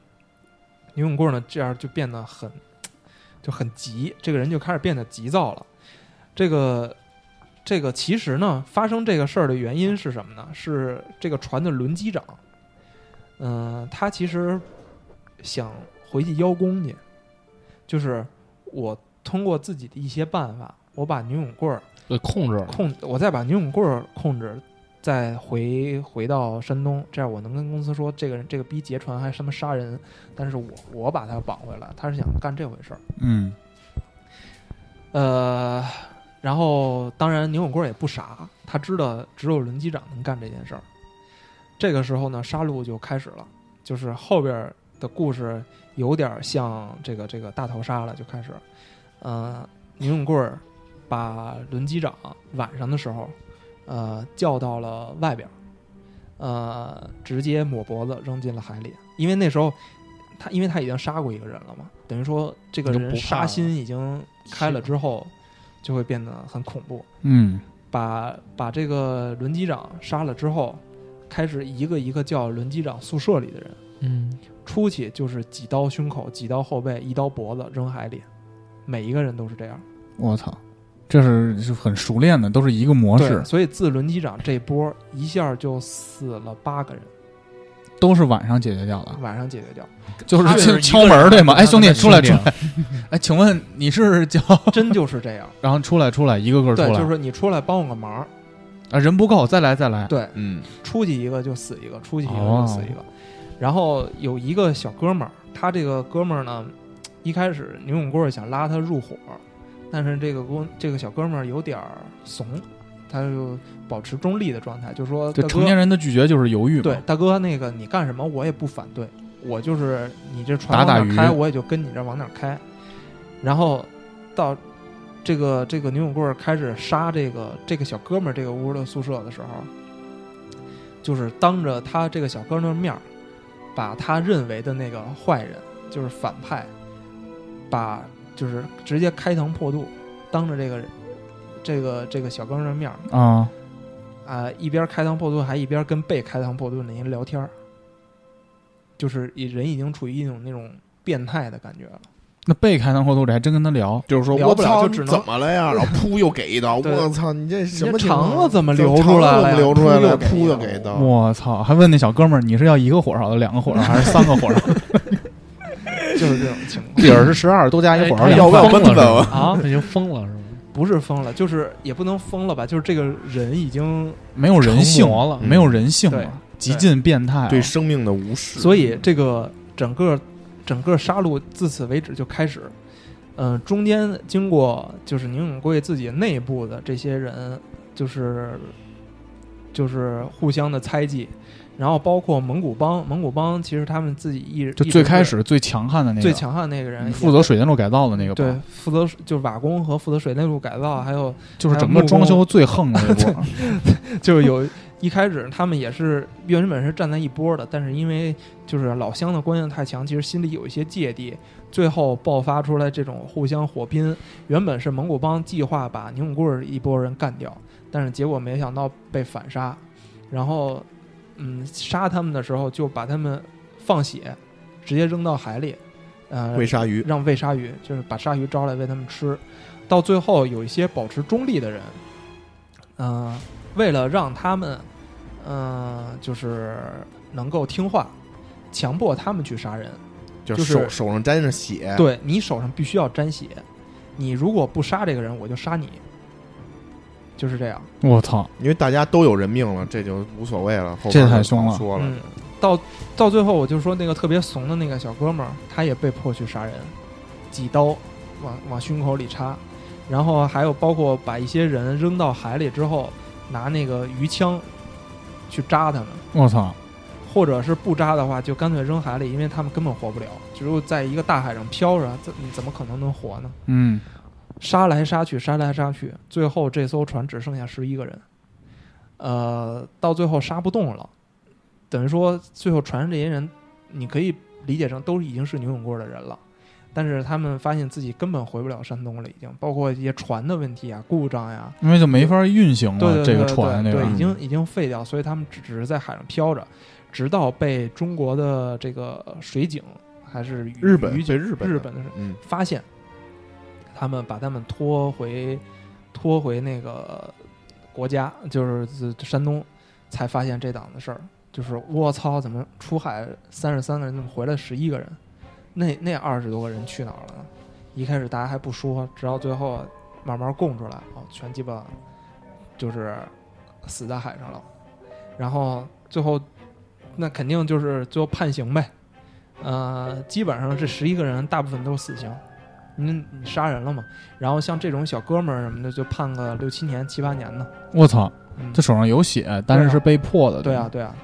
Speaker 1: 牛永贵呢，这样就变得很就很急，这个人就开始变得急躁了。这个这个其实呢，发生这个事儿的原因是什么呢？是这个船的轮机长，嗯、他其实想回去邀功去，就是我通过自己的一些办法，我把牛永贵儿
Speaker 4: 给控制了。
Speaker 1: 控，我再把牛永贵儿控制，再回回到山东，这样我能跟公司说，这个人这个逼劫船还什么杀人，但是我我把他绑回来，他是想干这回事儿。
Speaker 2: 嗯，
Speaker 1: 呃，然后当然牛永贵儿也不傻，他知道只有轮机长能干这件事儿。这个时候呢，杀戮就开始了，就是后边儿的故事有点儿像这个这个大逃杀了，就开始。呃，牛永贵儿把轮机长晚上的时候，呃，叫到了外边儿，呃，直接抹脖子扔进了海里，因为那时候他因为他已经杀过一个人了嘛，等于说这个
Speaker 4: 你就不
Speaker 1: 人
Speaker 4: 怕
Speaker 1: 杀
Speaker 4: 了
Speaker 1: 心已经开了之后，就会变得很恐怖。
Speaker 2: 嗯，
Speaker 1: 把把这个轮机长杀了之后，开始一个一个叫轮机长宿舍里的人
Speaker 4: 嗯，
Speaker 1: 出去，就是几刀胸口，几刀后背，一刀脖子扔海里，每一个人都是这样。
Speaker 2: 我操，这是是很熟练的，都是一个模式
Speaker 1: 对，，所以自轮机长这波一下就死了八个人，
Speaker 2: 都是晚上解决掉的，
Speaker 1: 晚上解决掉，
Speaker 2: 啊就是
Speaker 4: 就是
Speaker 2: 去
Speaker 4: 一个
Speaker 2: 敲门儿对吗？哎，兄弟出来出
Speaker 4: 兄
Speaker 2: 来，哎，请问你是叫？
Speaker 1: 啊真就是这 样。
Speaker 2: 然后出来出来，一个个出
Speaker 1: 对，
Speaker 2: 来，
Speaker 1: 就是你出来帮我个忙，
Speaker 2: 啊，人不够，再来再来，
Speaker 1: 对，
Speaker 3: 嗯，
Speaker 1: 出去一个就死一个，出去一个
Speaker 2: 哦
Speaker 1: 就死一个。然后有一个小哥们儿，他这个哥们儿呢，一开始牛永贵想拉他入伙，但是这个公这个小哥们儿有点儿怂，他就保持中立的状态，就说
Speaker 2: 就
Speaker 1: 大
Speaker 2: 成
Speaker 1: 哥
Speaker 2: 年，人的拒绝就是犹豫嘛，
Speaker 1: 对大哥，那个你干什么我也不反对，我就是你这船
Speaker 2: 打
Speaker 1: 往
Speaker 2: 打
Speaker 1: 哪儿开，
Speaker 2: 鱼
Speaker 1: 我也就跟你这儿往哪儿开。然后到这个这个牛永贵儿开始杀这个这个小哥们儿这个屋的宿舍的时候，就是当着他这个小哥们儿面儿，把他认为的那个坏人，就是反派，把就是直接开膛破肚，当着这个人这个这个小哥们儿面儿
Speaker 2: 啊，
Speaker 1: 啊、一边开膛破肚，还一边跟被开膛破肚的人聊天儿，就是已人已经处于一种那种变态的感觉了。
Speaker 2: 那被开膛破肚，这还真跟他聊，
Speaker 3: 就是说
Speaker 1: 聊
Speaker 3: 我
Speaker 1: 不了
Speaker 3: 操
Speaker 1: 就只能
Speaker 3: 怎么了呀？然后噗又给一刀，
Speaker 1: 对
Speaker 3: 我操，你这什么
Speaker 1: 你这
Speaker 3: 情况啊
Speaker 1: 肠子怎么流出来了呀
Speaker 3: 肠子怎么流出来了，
Speaker 1: 噗
Speaker 3: 噗
Speaker 1: 又
Speaker 3: 又
Speaker 1: 给
Speaker 3: 给
Speaker 1: 一
Speaker 3: 一
Speaker 1: 刀
Speaker 3: 刀。
Speaker 2: 我操，还问那小哥们儿，你是要一个火烧的，两个火烧，还是三 个火烧？
Speaker 1: 就是这种情 况，
Speaker 2: 一人是十二，多加一火烧
Speaker 4: 哎
Speaker 2: 两
Speaker 4: 他
Speaker 3: 要不要
Speaker 4: 疯
Speaker 3: 闷
Speaker 4: 了
Speaker 3: 死
Speaker 4: 是吧
Speaker 3: 我？
Speaker 4: 啊，已经疯了是吗？
Speaker 1: 不是疯了，就是也不能疯了吧，就是这个人已经，
Speaker 2: 没有人性
Speaker 4: 成魔了
Speaker 2: 没有人性
Speaker 1: 嗯对
Speaker 2: 了，极尽变态了，啊
Speaker 3: 对生命的无视，
Speaker 1: 所
Speaker 2: 嗯
Speaker 1: 以这个整个整个杀戮自此为止就开始。嗯、中间经过就是宁永贵自己内部的这些人，就是就是互相的猜忌，然后包括蒙古帮，蒙古帮其实他们自己一
Speaker 2: 就最开始最强悍的那个，
Speaker 1: 最强悍那个人也
Speaker 2: 负责水电路改造的那个吧，
Speaker 1: 对，负责就是瓦工和负责水内路改造，还有
Speaker 2: 就是整个装修最横的一波，
Speaker 1: 就是有一开始他们也是原本是站在一波的，但是因为就是老乡的关系太强，其实心里有一些芥蒂，最后爆发出来这种互相火拼。原本是蒙古帮计划把宁永贵儿一波人干掉，但是结果没想到被反杀，然后嗯杀他们的时候就把他们放血，直接扔到海里，呃，
Speaker 3: 喂鲨鱼，
Speaker 1: 让喂鲨鱼，就是把鲨鱼招来喂他们吃。到最后，有一些保持中立的人，嗯、为了让他们，嗯、就是能够听话，强迫他们去杀人。
Speaker 3: 就
Speaker 1: 就是
Speaker 3: 手手上沾着血，
Speaker 1: 对你手上必须要沾血，你如果不杀这个人，我就杀你。就是这样。
Speaker 2: 我操，
Speaker 3: 因为大家都有人命了，这就无所谓了。后
Speaker 2: 这
Speaker 3: 边
Speaker 2: 太
Speaker 3: 就
Speaker 2: 凶
Speaker 3: 不
Speaker 2: 了
Speaker 3: 说了
Speaker 1: 嗯，到到最后，我就说那个特别怂的那个小哥们儿，他也被迫去杀人，几刀往往胸口里插，然后还有包括把一些人扔到海里之后，拿那个鱼枪去扎他们，
Speaker 2: 我操，
Speaker 1: 或者是不扎的话，就干脆扔海里，因为他们根本活不了，只有在一个大海上漂着，怎你怎么可能能活呢？
Speaker 2: 嗯，
Speaker 1: 杀来杀去，杀来杀去，最后这艘船只剩下十一个人，呃，到最后杀不动了，等于说最后船上这些人，你可以理解成都已经是牛永贵的人了，但是他们发现自己根本回不了山东了，已经包括一些船的问题啊、故障呀、
Speaker 2: 因为就没法运行
Speaker 1: 对
Speaker 2: 了
Speaker 1: 对
Speaker 2: 这
Speaker 1: 对
Speaker 2: 个
Speaker 1: 对
Speaker 2: 船，
Speaker 1: 对，
Speaker 2: 吧
Speaker 1: 已？经已经废掉，所以他们只只是在海上漂着，直到被中国的这个水警还是渔
Speaker 3: 日本
Speaker 1: 渔
Speaker 3: 被
Speaker 1: 警
Speaker 3: 日本
Speaker 1: 日
Speaker 3: 的
Speaker 1: 本的
Speaker 3: 嗯，
Speaker 1: 发现，他们把他们拖回拖回那个国家，就是这山东，才发现这档子事儿。就是我操，怎么出海三十三个人，怎么回来十一个人？那那二十多个人去哪儿了呢？一开始大家还不说，直到最后慢慢供出来，哦，全鸡巴就是死在海上了。然后最后那肯定就是最后判刑呗。呃，基本上这十一个人大部分都是死刑，你你杀人了嘛？然后像这种小哥们儿什么的，就判个六七年、七八年的。
Speaker 2: 我操，
Speaker 1: 嗯
Speaker 2: 这，手上有血，但是是被迫的，
Speaker 1: 对啊，，对啊。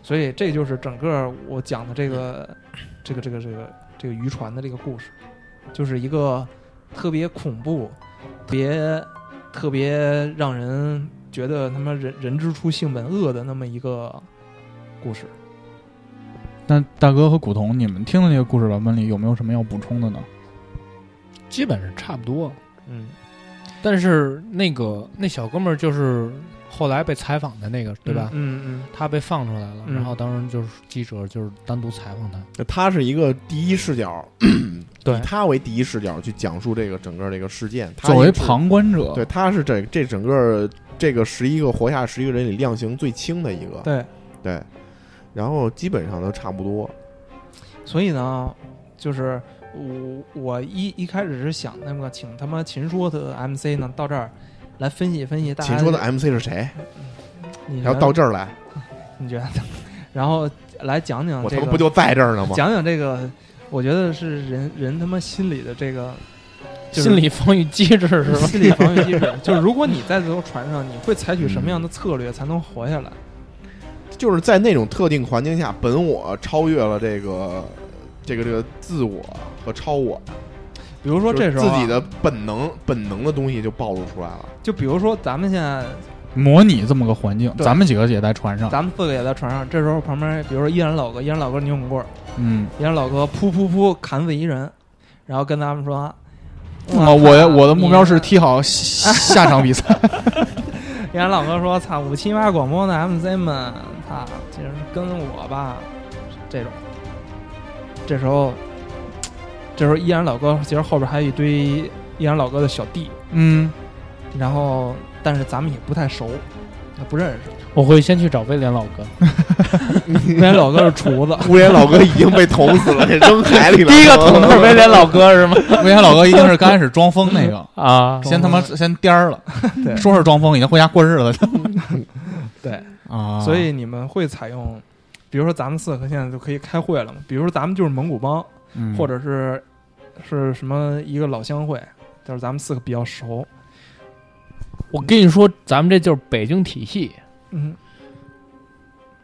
Speaker 1: 所以这就是整个我讲的这个、这个、这个、这个、这个渔船的这个故事，就是一个特别恐怖，特别特别让人觉得他妈人人之初性本恶的那么一个故事。
Speaker 2: 那大哥和古潼，你们听的这个故事版本里有没有什么要补充的呢？
Speaker 4: 基本上差不多。
Speaker 1: 嗯，
Speaker 4: 但是那个那小哥们儿就是后来被采访的那个，对吧？
Speaker 1: 嗯嗯
Speaker 4: 他被放出来了，
Speaker 1: 嗯
Speaker 4: 然后当时就是记者就是单独采访他，
Speaker 3: 他是一个第一视角，
Speaker 4: 对
Speaker 3: 以他为第一视角去讲述这个整个这个事件。他
Speaker 2: 作为
Speaker 3: 也是
Speaker 2: 旁观者，
Speaker 3: 对，他是这这整个这个十一个活下十一个人里量刑最轻的一个
Speaker 1: 嗯，，对，
Speaker 3: 对然后基本上都差不多。
Speaker 1: 所以呢，就是我我一一开始是想那么请他妈秦说的 MC 呢到这儿来分析分析大家
Speaker 3: 秦说的 MC 是谁？
Speaker 1: 你
Speaker 3: 然
Speaker 1: 觉
Speaker 3: 后
Speaker 1: 得
Speaker 3: 到这儿来，
Speaker 1: 你觉得，然后来讲讲
Speaker 3: 我
Speaker 1: 啊这
Speaker 3: 他
Speaker 1: 个，
Speaker 3: 妈不就在这儿呢吗？
Speaker 1: 讲讲这个，我觉得是人人他妈心里的这个。就是
Speaker 4: 心理防御机制是吧？
Speaker 1: 心理防御机制，就是如果你在这艘船上，你会采取什么样的策略才能活下来？
Speaker 3: 就是在那种特定环境下，本我超越了这个这个这个自我和超我，
Speaker 1: 比如说这时候
Speaker 3: 就
Speaker 1: 啊
Speaker 3: 是自己的本能本能的东西就暴露出来了。
Speaker 1: 就比如说咱们现在，
Speaker 2: 模拟这么个环境，
Speaker 1: 对
Speaker 2: 咱们几个也在船上，
Speaker 1: 咱们四个也在船上，这时候旁边比如说依然老哥，依然老哥扭棍棍儿，
Speaker 2: 嗯，
Speaker 1: 依然老哥噗噗噗砍死一人，然后跟咱们说，
Speaker 2: 啊，我我的目标是
Speaker 1: 你
Speaker 2: 踢好下下场比赛，
Speaker 1: 依然老哥说，操五七八广播的 MC 们，啊操，就是跟我吧，这种，这时候，这时候依然老哥其实后边还有一堆依然老哥的小弟。
Speaker 2: 嗯，
Speaker 1: 然后但是咱们也不太熟，不认识。
Speaker 4: 我会先去找威廉老哥，
Speaker 1: 那老哥是 厨子，
Speaker 3: 乌脸老哥已经被捅死了，给扔海里了。
Speaker 4: 第一个捅的是威廉老哥是吗？
Speaker 2: 魏贤老哥一定是刚开始装疯 那个，
Speaker 4: 啊，
Speaker 2: 先他妈先颠儿了，
Speaker 1: 对
Speaker 2: 说是装疯，已经回家过日 子了
Speaker 1: 对，
Speaker 2: 啊，
Speaker 1: 所以你们会采用，比如说咱们四个现在就可以开会了嘛，比如说咱们就是蒙古帮，
Speaker 2: 嗯
Speaker 1: 或者是是什么一个老乡会，就是咱们四个比较熟，
Speaker 4: 我跟你说，咱们这就是北京体系，
Speaker 1: 嗯。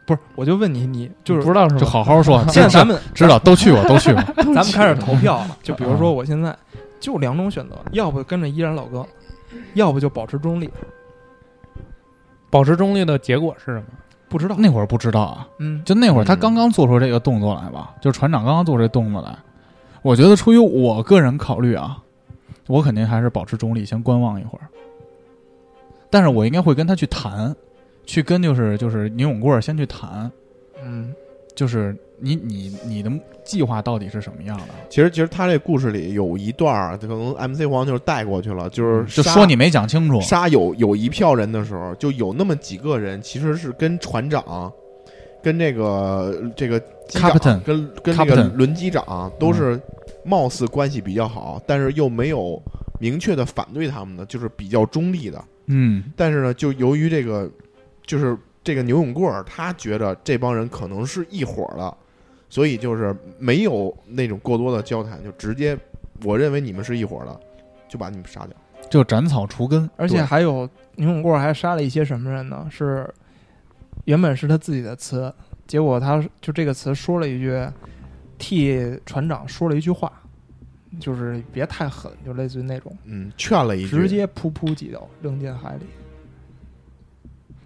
Speaker 1: 不是，我就问你，你就是
Speaker 4: 不知道是
Speaker 2: 就
Speaker 4: 吧？
Speaker 2: 好好说，
Speaker 1: 现在咱们
Speaker 2: 知道都去过都去过，
Speaker 1: 咱们开始投票了，就比如说我现在就两种选择，要不跟着依然老哥，要不就保持中立，
Speaker 4: 保持中立的结果是什么？
Speaker 1: 不知道，
Speaker 2: 那会儿不知道啊，
Speaker 1: 嗯，
Speaker 2: 就那会儿他
Speaker 3: 嗯
Speaker 2: 刚刚做出这个动作来吧，就是船长刚刚做出这动作来，我觉得出于我个人考虑啊，我肯定还是保持中立，先观望一会儿。但是我应该会跟他去谈，去跟就是就是牛永贵儿先去谈，
Speaker 1: 嗯，
Speaker 2: 就是你你你的计划到底是什么样的？
Speaker 3: 其实其实他这故事里有一段儿，可能 MC 黄就是带过去了，就是
Speaker 2: 嗯就
Speaker 3: 杀
Speaker 2: 说你没讲清楚，
Speaker 3: 杀有有一票人的时候，就有那么几个人其实是跟船长、跟这个这个机长
Speaker 2: Captain
Speaker 3: 跟跟这个
Speaker 2: Captain
Speaker 3: 轮机长都是貌似关系比较好，但是又没有明确的反对他们的，就是比较中立的。
Speaker 2: 嗯，
Speaker 3: 但是呢，就由于这个，就是这个牛永贵儿，他觉得这帮人可能是一伙儿的，所以就是没有那种过多的交谈，就直接我认为你们是一伙儿的，就把你们杀掉。
Speaker 2: 就斩草除根。
Speaker 1: 而且
Speaker 3: 对
Speaker 1: 还有牛永过还杀了一些什么人呢？是原本是他自己的词，结果他就这个词说了一句，替船长说了一句话，就是别太狠，就类似于那种，
Speaker 3: 嗯，劝了一句，
Speaker 1: 直接噗噗几刀扔进海里。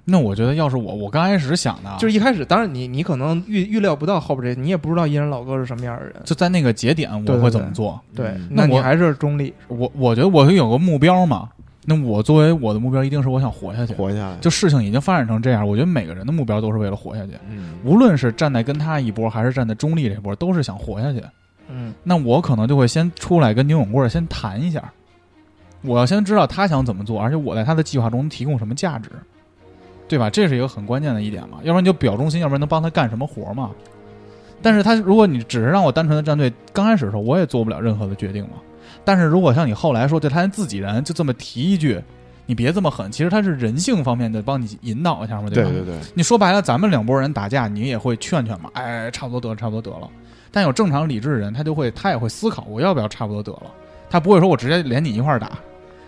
Speaker 2: 那我觉得要是我，我刚开始想的啊，
Speaker 1: 就是一开始，当然你你可能预预料不到后边这，你也不知道伊人老哥是什么样的人，
Speaker 2: 就在那个节点
Speaker 1: 对
Speaker 2: 我
Speaker 1: 对
Speaker 2: 会怎么
Speaker 1: 对
Speaker 2: 做？
Speaker 1: 对，
Speaker 3: 嗯
Speaker 1: 那
Speaker 2: 那
Speaker 1: 你
Speaker 2: 我
Speaker 1: 还是中立，
Speaker 2: 我我觉得我有个目标嘛，那我作为我的目标一定是我想活下去。
Speaker 3: 活下来。
Speaker 2: 就事情已经发展成这样，我觉得每个人的目标都是为了活下去，
Speaker 3: 嗯，
Speaker 2: 无论是站在跟他一波，还是站在中立这波，都是想活下去。
Speaker 1: 嗯，
Speaker 2: 那我可能就会先出来跟牛永贵儿先谈一下，我要先知道他想怎么做，而且我在他的计划中提供什么价值，对吧？这是一个很关键的一点嘛，要不然你就表忠心，要不然能帮他干什么活嘛？但是他如果你只是让我单纯的站队，刚开始的时候我也做不了任何的决定嘛。但是如果像你后来说，对他自己人就这么提一句，你别这么狠，其实他是人性方面的帮你引导一下嘛，
Speaker 3: 对
Speaker 2: 吧？
Speaker 3: 对对，
Speaker 2: 你说白了，咱们两拨人打架，你也会劝劝嘛，哎，差不多得了，差不多得了。但有正常理智的人，他就会，他也会思考，我要不要差不多得了？他不会说我直接连你一块儿打。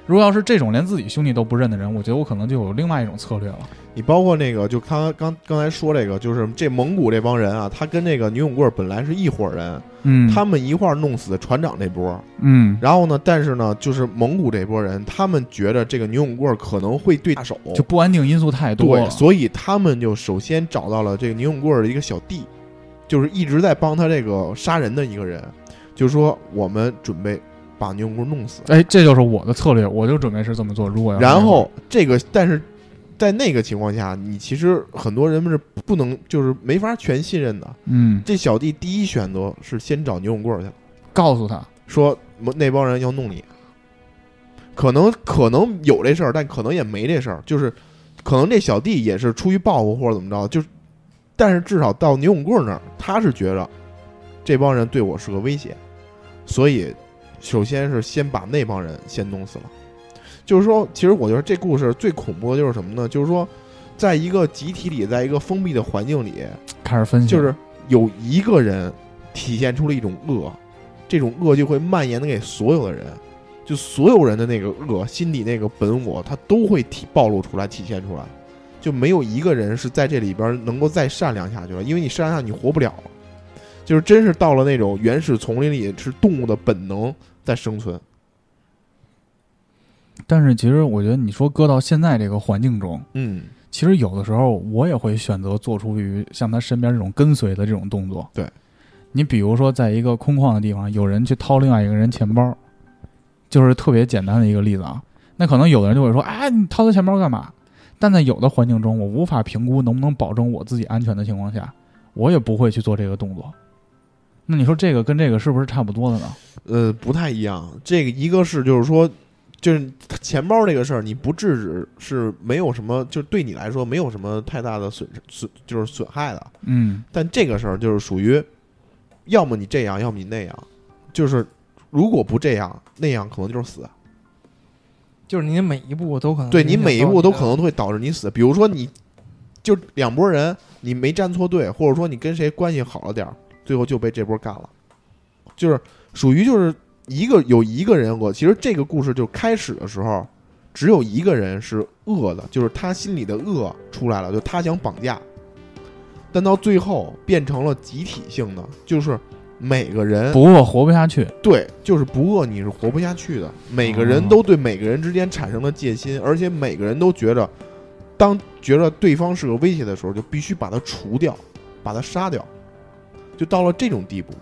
Speaker 2: 如果要是这种连自己兄弟都不认的人，我觉得我可能就有另外一种策略了。
Speaker 3: 你包括那个，就刚刚刚才说这个，就是这蒙古这帮人啊，他跟那个牛永贵本来是一伙人，
Speaker 2: 嗯，
Speaker 3: 他们一块儿弄死船长这波。
Speaker 2: 嗯
Speaker 3: 然后呢，但是呢，就是蒙古这波人，他们觉得这个牛永贵可能会对下手，
Speaker 2: 就不安定因素太多了
Speaker 3: 对，。所以他们就首先找到了这个牛永贵的一个小弟，就是一直在帮他这个杀人的一个人，就说我们准备把牛永贵弄死。
Speaker 2: 哎，这就是我的策略，我就准备是这么做。如果要是
Speaker 3: 然后这个，但是在那个情况下，你其实很多人们是不能，就是没法全信任的。
Speaker 2: 嗯，
Speaker 3: 这小弟第一选择是先找牛永贵去了，
Speaker 2: 告诉他，
Speaker 3: 说那帮人要弄你，可能可能有这事儿，但可能也没这事儿，就是可能这小弟也是出于报复或者怎么着，就是但是至少到牛永贵那儿，他是觉着这帮人对我是个威胁，所以首先是先把那帮人先弄死了。就是说，其实我觉得这故事最恐怖的就是什么呢？就是说，在一个集体里，在一个封闭的环境里，
Speaker 2: 开始分析，
Speaker 3: 就是有一个人体现出了一种恶，这种恶就会蔓延的给所有的人，就所有人的那个恶，心底那个本我，他都会体暴露出来，体现出来，就没有一个人是在这里边能够再善良下去了，因为你善良下去你活不了了，就是真是到了那种原始丛林里，是动物的本能在生存。
Speaker 2: 但是其实我觉得你说搁到现在这个环境中，
Speaker 3: 嗯，
Speaker 2: 其实有的时候我也会选择做出于像他身边这种跟随的这种动作。
Speaker 3: 对，
Speaker 2: 你比如说，在一个空旷的地方，有人去掏另外一个人钱包，就是特别简单的一个例子啊。那可能有的人就会说：“哎，你掏他钱包干嘛？”但在有的环境中，我无法评估能不能保证我自己安全的情况下，我也不会去做这个动作。那你说这个跟这个是不是差不多的呢？
Speaker 3: 呃，不太一样。这个一个是就是说，就是钱包这个事儿，你不制止是没有什么，就对你来说没有什么太大的损损，就是损害的。
Speaker 2: 嗯，
Speaker 3: 但这个事儿就是属于，要么你这样，要么你那样，就是如果不这样那样，可能就是死。
Speaker 1: 就是你每一步都可能
Speaker 3: 对
Speaker 1: 影
Speaker 3: 你
Speaker 1: 响
Speaker 3: 每一
Speaker 1: 到
Speaker 3: 步都
Speaker 1: 的
Speaker 3: 可能会导致你死。比如说你，就两拨人，你没站错队，或者说你跟谁关系好了点儿，最后就被这波干了，就是属于就是一个有一个人恶。其实这个故事就开始的时候，只有一个人是恶的，就是他心里的恶出来了，就他想绑架，但到最后变成了集体性的，就是每个人
Speaker 2: 不过活不下去。
Speaker 3: 对，就是不饿你是活不下去的。每个人都对每个人之间产生了戒心，而且每个人都觉着，当觉着对方是个威胁的时候，就必须把他除掉，把他杀掉，就到了这种地步。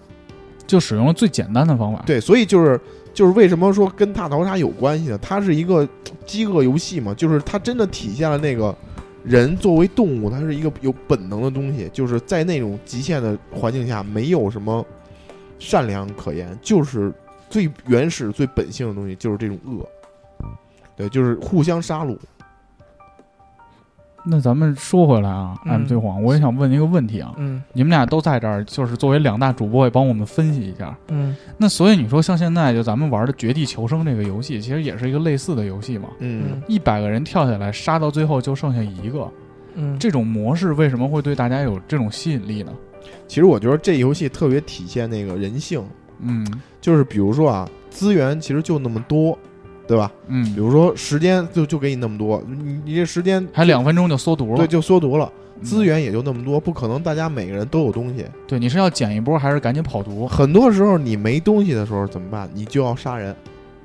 Speaker 2: 就使用了最简单的方法。，
Speaker 3: 对，所以就是就是为什么说跟大逃杀有关系呢？它是一个饥饿游戏嘛，就是它真的体现了那个人作为动物，它是一个有本能的东西，就是在那种极限的环境下，没有什么善良可言，就是最原始、最本性的东西，就是这种恶。对，就是互相杀戮。
Speaker 2: 那咱们说回来啊，
Speaker 1: 嗯
Speaker 2: 艾米对黄，我也想问一个问题啊，
Speaker 1: 嗯
Speaker 2: 你们俩都在这儿，就是作为两大主播，也帮我们分析一下。
Speaker 1: 嗯
Speaker 2: 那所以你说，像现在就咱们玩的《绝地求生》这个游戏，其实也是一个类似的游戏嘛。
Speaker 1: 嗯
Speaker 2: 一百个人跳下来，杀到最后就剩下一个，
Speaker 1: 嗯，
Speaker 2: 这种模式为什么会对大家有这种吸引力呢？
Speaker 3: 其实我觉得这游戏特别体现那个人性，
Speaker 2: 嗯
Speaker 3: 就是比如说啊，资源其实就那么多，对吧？比
Speaker 2: 嗯，
Speaker 3: 如说时间就就给你那么多，你你这时间
Speaker 2: 还两分钟就缩毒了，
Speaker 3: 对就缩毒了，
Speaker 2: 嗯
Speaker 3: 资源也就那么多，不可能大家每个人都有东西。
Speaker 2: 对，你是要捡一波还是赶紧跑毒
Speaker 3: 很多时候你没东西的时候怎么办？你就要杀人，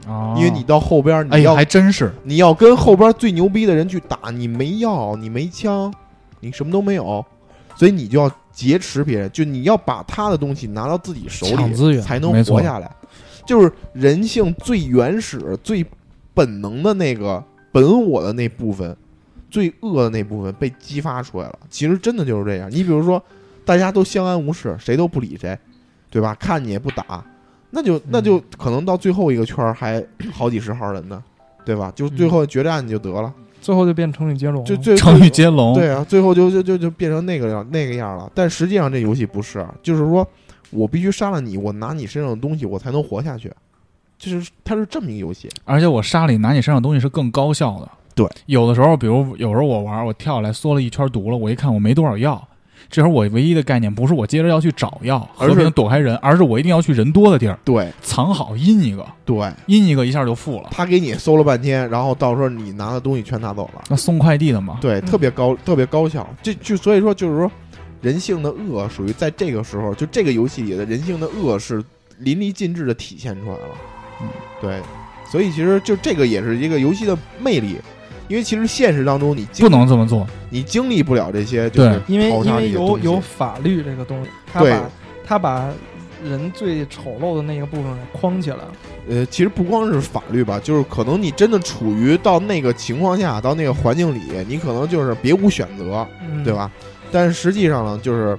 Speaker 2: 啊？
Speaker 3: 因为你到后边
Speaker 2: 哎
Speaker 3: 你
Speaker 2: 呀，
Speaker 3: 要
Speaker 2: 还真是，
Speaker 3: 你要跟后边最牛逼的人去打，你没药，你没枪，你什么都没有，所以你就要劫持别人，就你要把他的东西拿到自己手
Speaker 4: 抢
Speaker 3: 里，
Speaker 4: 资源
Speaker 3: 才能
Speaker 2: 没错
Speaker 3: 活下来。就是人性最原始、最本能的那个本我的那部分，最恶的那部分被激发出来了。其实真的就是这样。你比如说，大家都相安无事，谁都不理谁，对吧？看你也不打，那就那就
Speaker 2: 嗯
Speaker 3: 可能到最后一个圈儿还 好几十号人呢，对吧？就
Speaker 2: 嗯
Speaker 3: 最后决战你就得了，
Speaker 1: 最后就变成李接龙
Speaker 3: 就
Speaker 1: 了
Speaker 3: 最
Speaker 2: 成语接龙，
Speaker 3: 对啊，最后就就就就变成那个样那个样了。但实际上这游戏不是，啊就是说我必须杀了你，我拿你身上的东西，我才能活下去。就是它是这么一个游戏，
Speaker 2: 而且我杀里拿你身上的东西是更高效的。
Speaker 3: 对，
Speaker 2: 有的时候，比如有时候我玩，我跳下来缩了一圈毒了，我一看我没多少药，这时候我唯一的概念不是我接着要去找药，
Speaker 3: 而
Speaker 2: 和
Speaker 3: 是
Speaker 2: 平躲开人，而是我一定要去人多的地儿
Speaker 3: 对
Speaker 2: 藏好阴一个，
Speaker 3: 对，
Speaker 2: 阴一个一下就富了。
Speaker 3: 他给你搜了半天，然后到时候你拿的东西全拿走了，
Speaker 2: 那送快递的嘛，
Speaker 3: 对，
Speaker 1: 嗯
Speaker 3: 特别高，特别高效。这就所以说，就是说，人性的恶属于在这个时候，就这个游戏里的人性的恶是淋漓尽致的体现出来了。
Speaker 2: 嗯，
Speaker 3: 对，所以其实就这个也是一个游戏的魅力，因为其实现实当中你经
Speaker 2: 不能这么做。
Speaker 3: 你经历不了这些，就是
Speaker 1: 因为
Speaker 3: 淘
Speaker 1: 因
Speaker 3: 沙
Speaker 1: 为
Speaker 3: 这个
Speaker 1: 有
Speaker 3: 东西
Speaker 1: 有法律这个东西，他
Speaker 3: 对
Speaker 1: 把他把人最丑陋的那个部分给框起来了。
Speaker 3: 呃，其实不光是法律吧，就是可能你真的处于到那个情况下，到那个环境里，你可能就是别无选择。
Speaker 1: 嗯，
Speaker 3: 对？吧？但是实际上呢，就是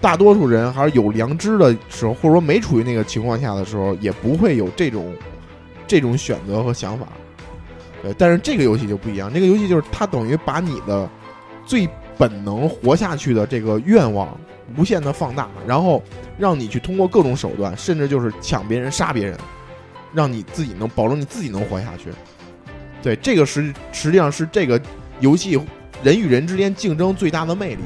Speaker 3: 大多数人还是有良知的时候，或者说没处于那个情况下的时候，也不会有这种这种选择和想法。对，但是这个游戏就不一样，这个游戏就是它等于把你的最本能活下去的这个愿望无限的放大，然后让你去通过各种手段，甚至就是抢别人、杀别人，让你自己能保证你自己能活下去。对，这个实实际上是这个游戏人与人之间竞争最大的魅力。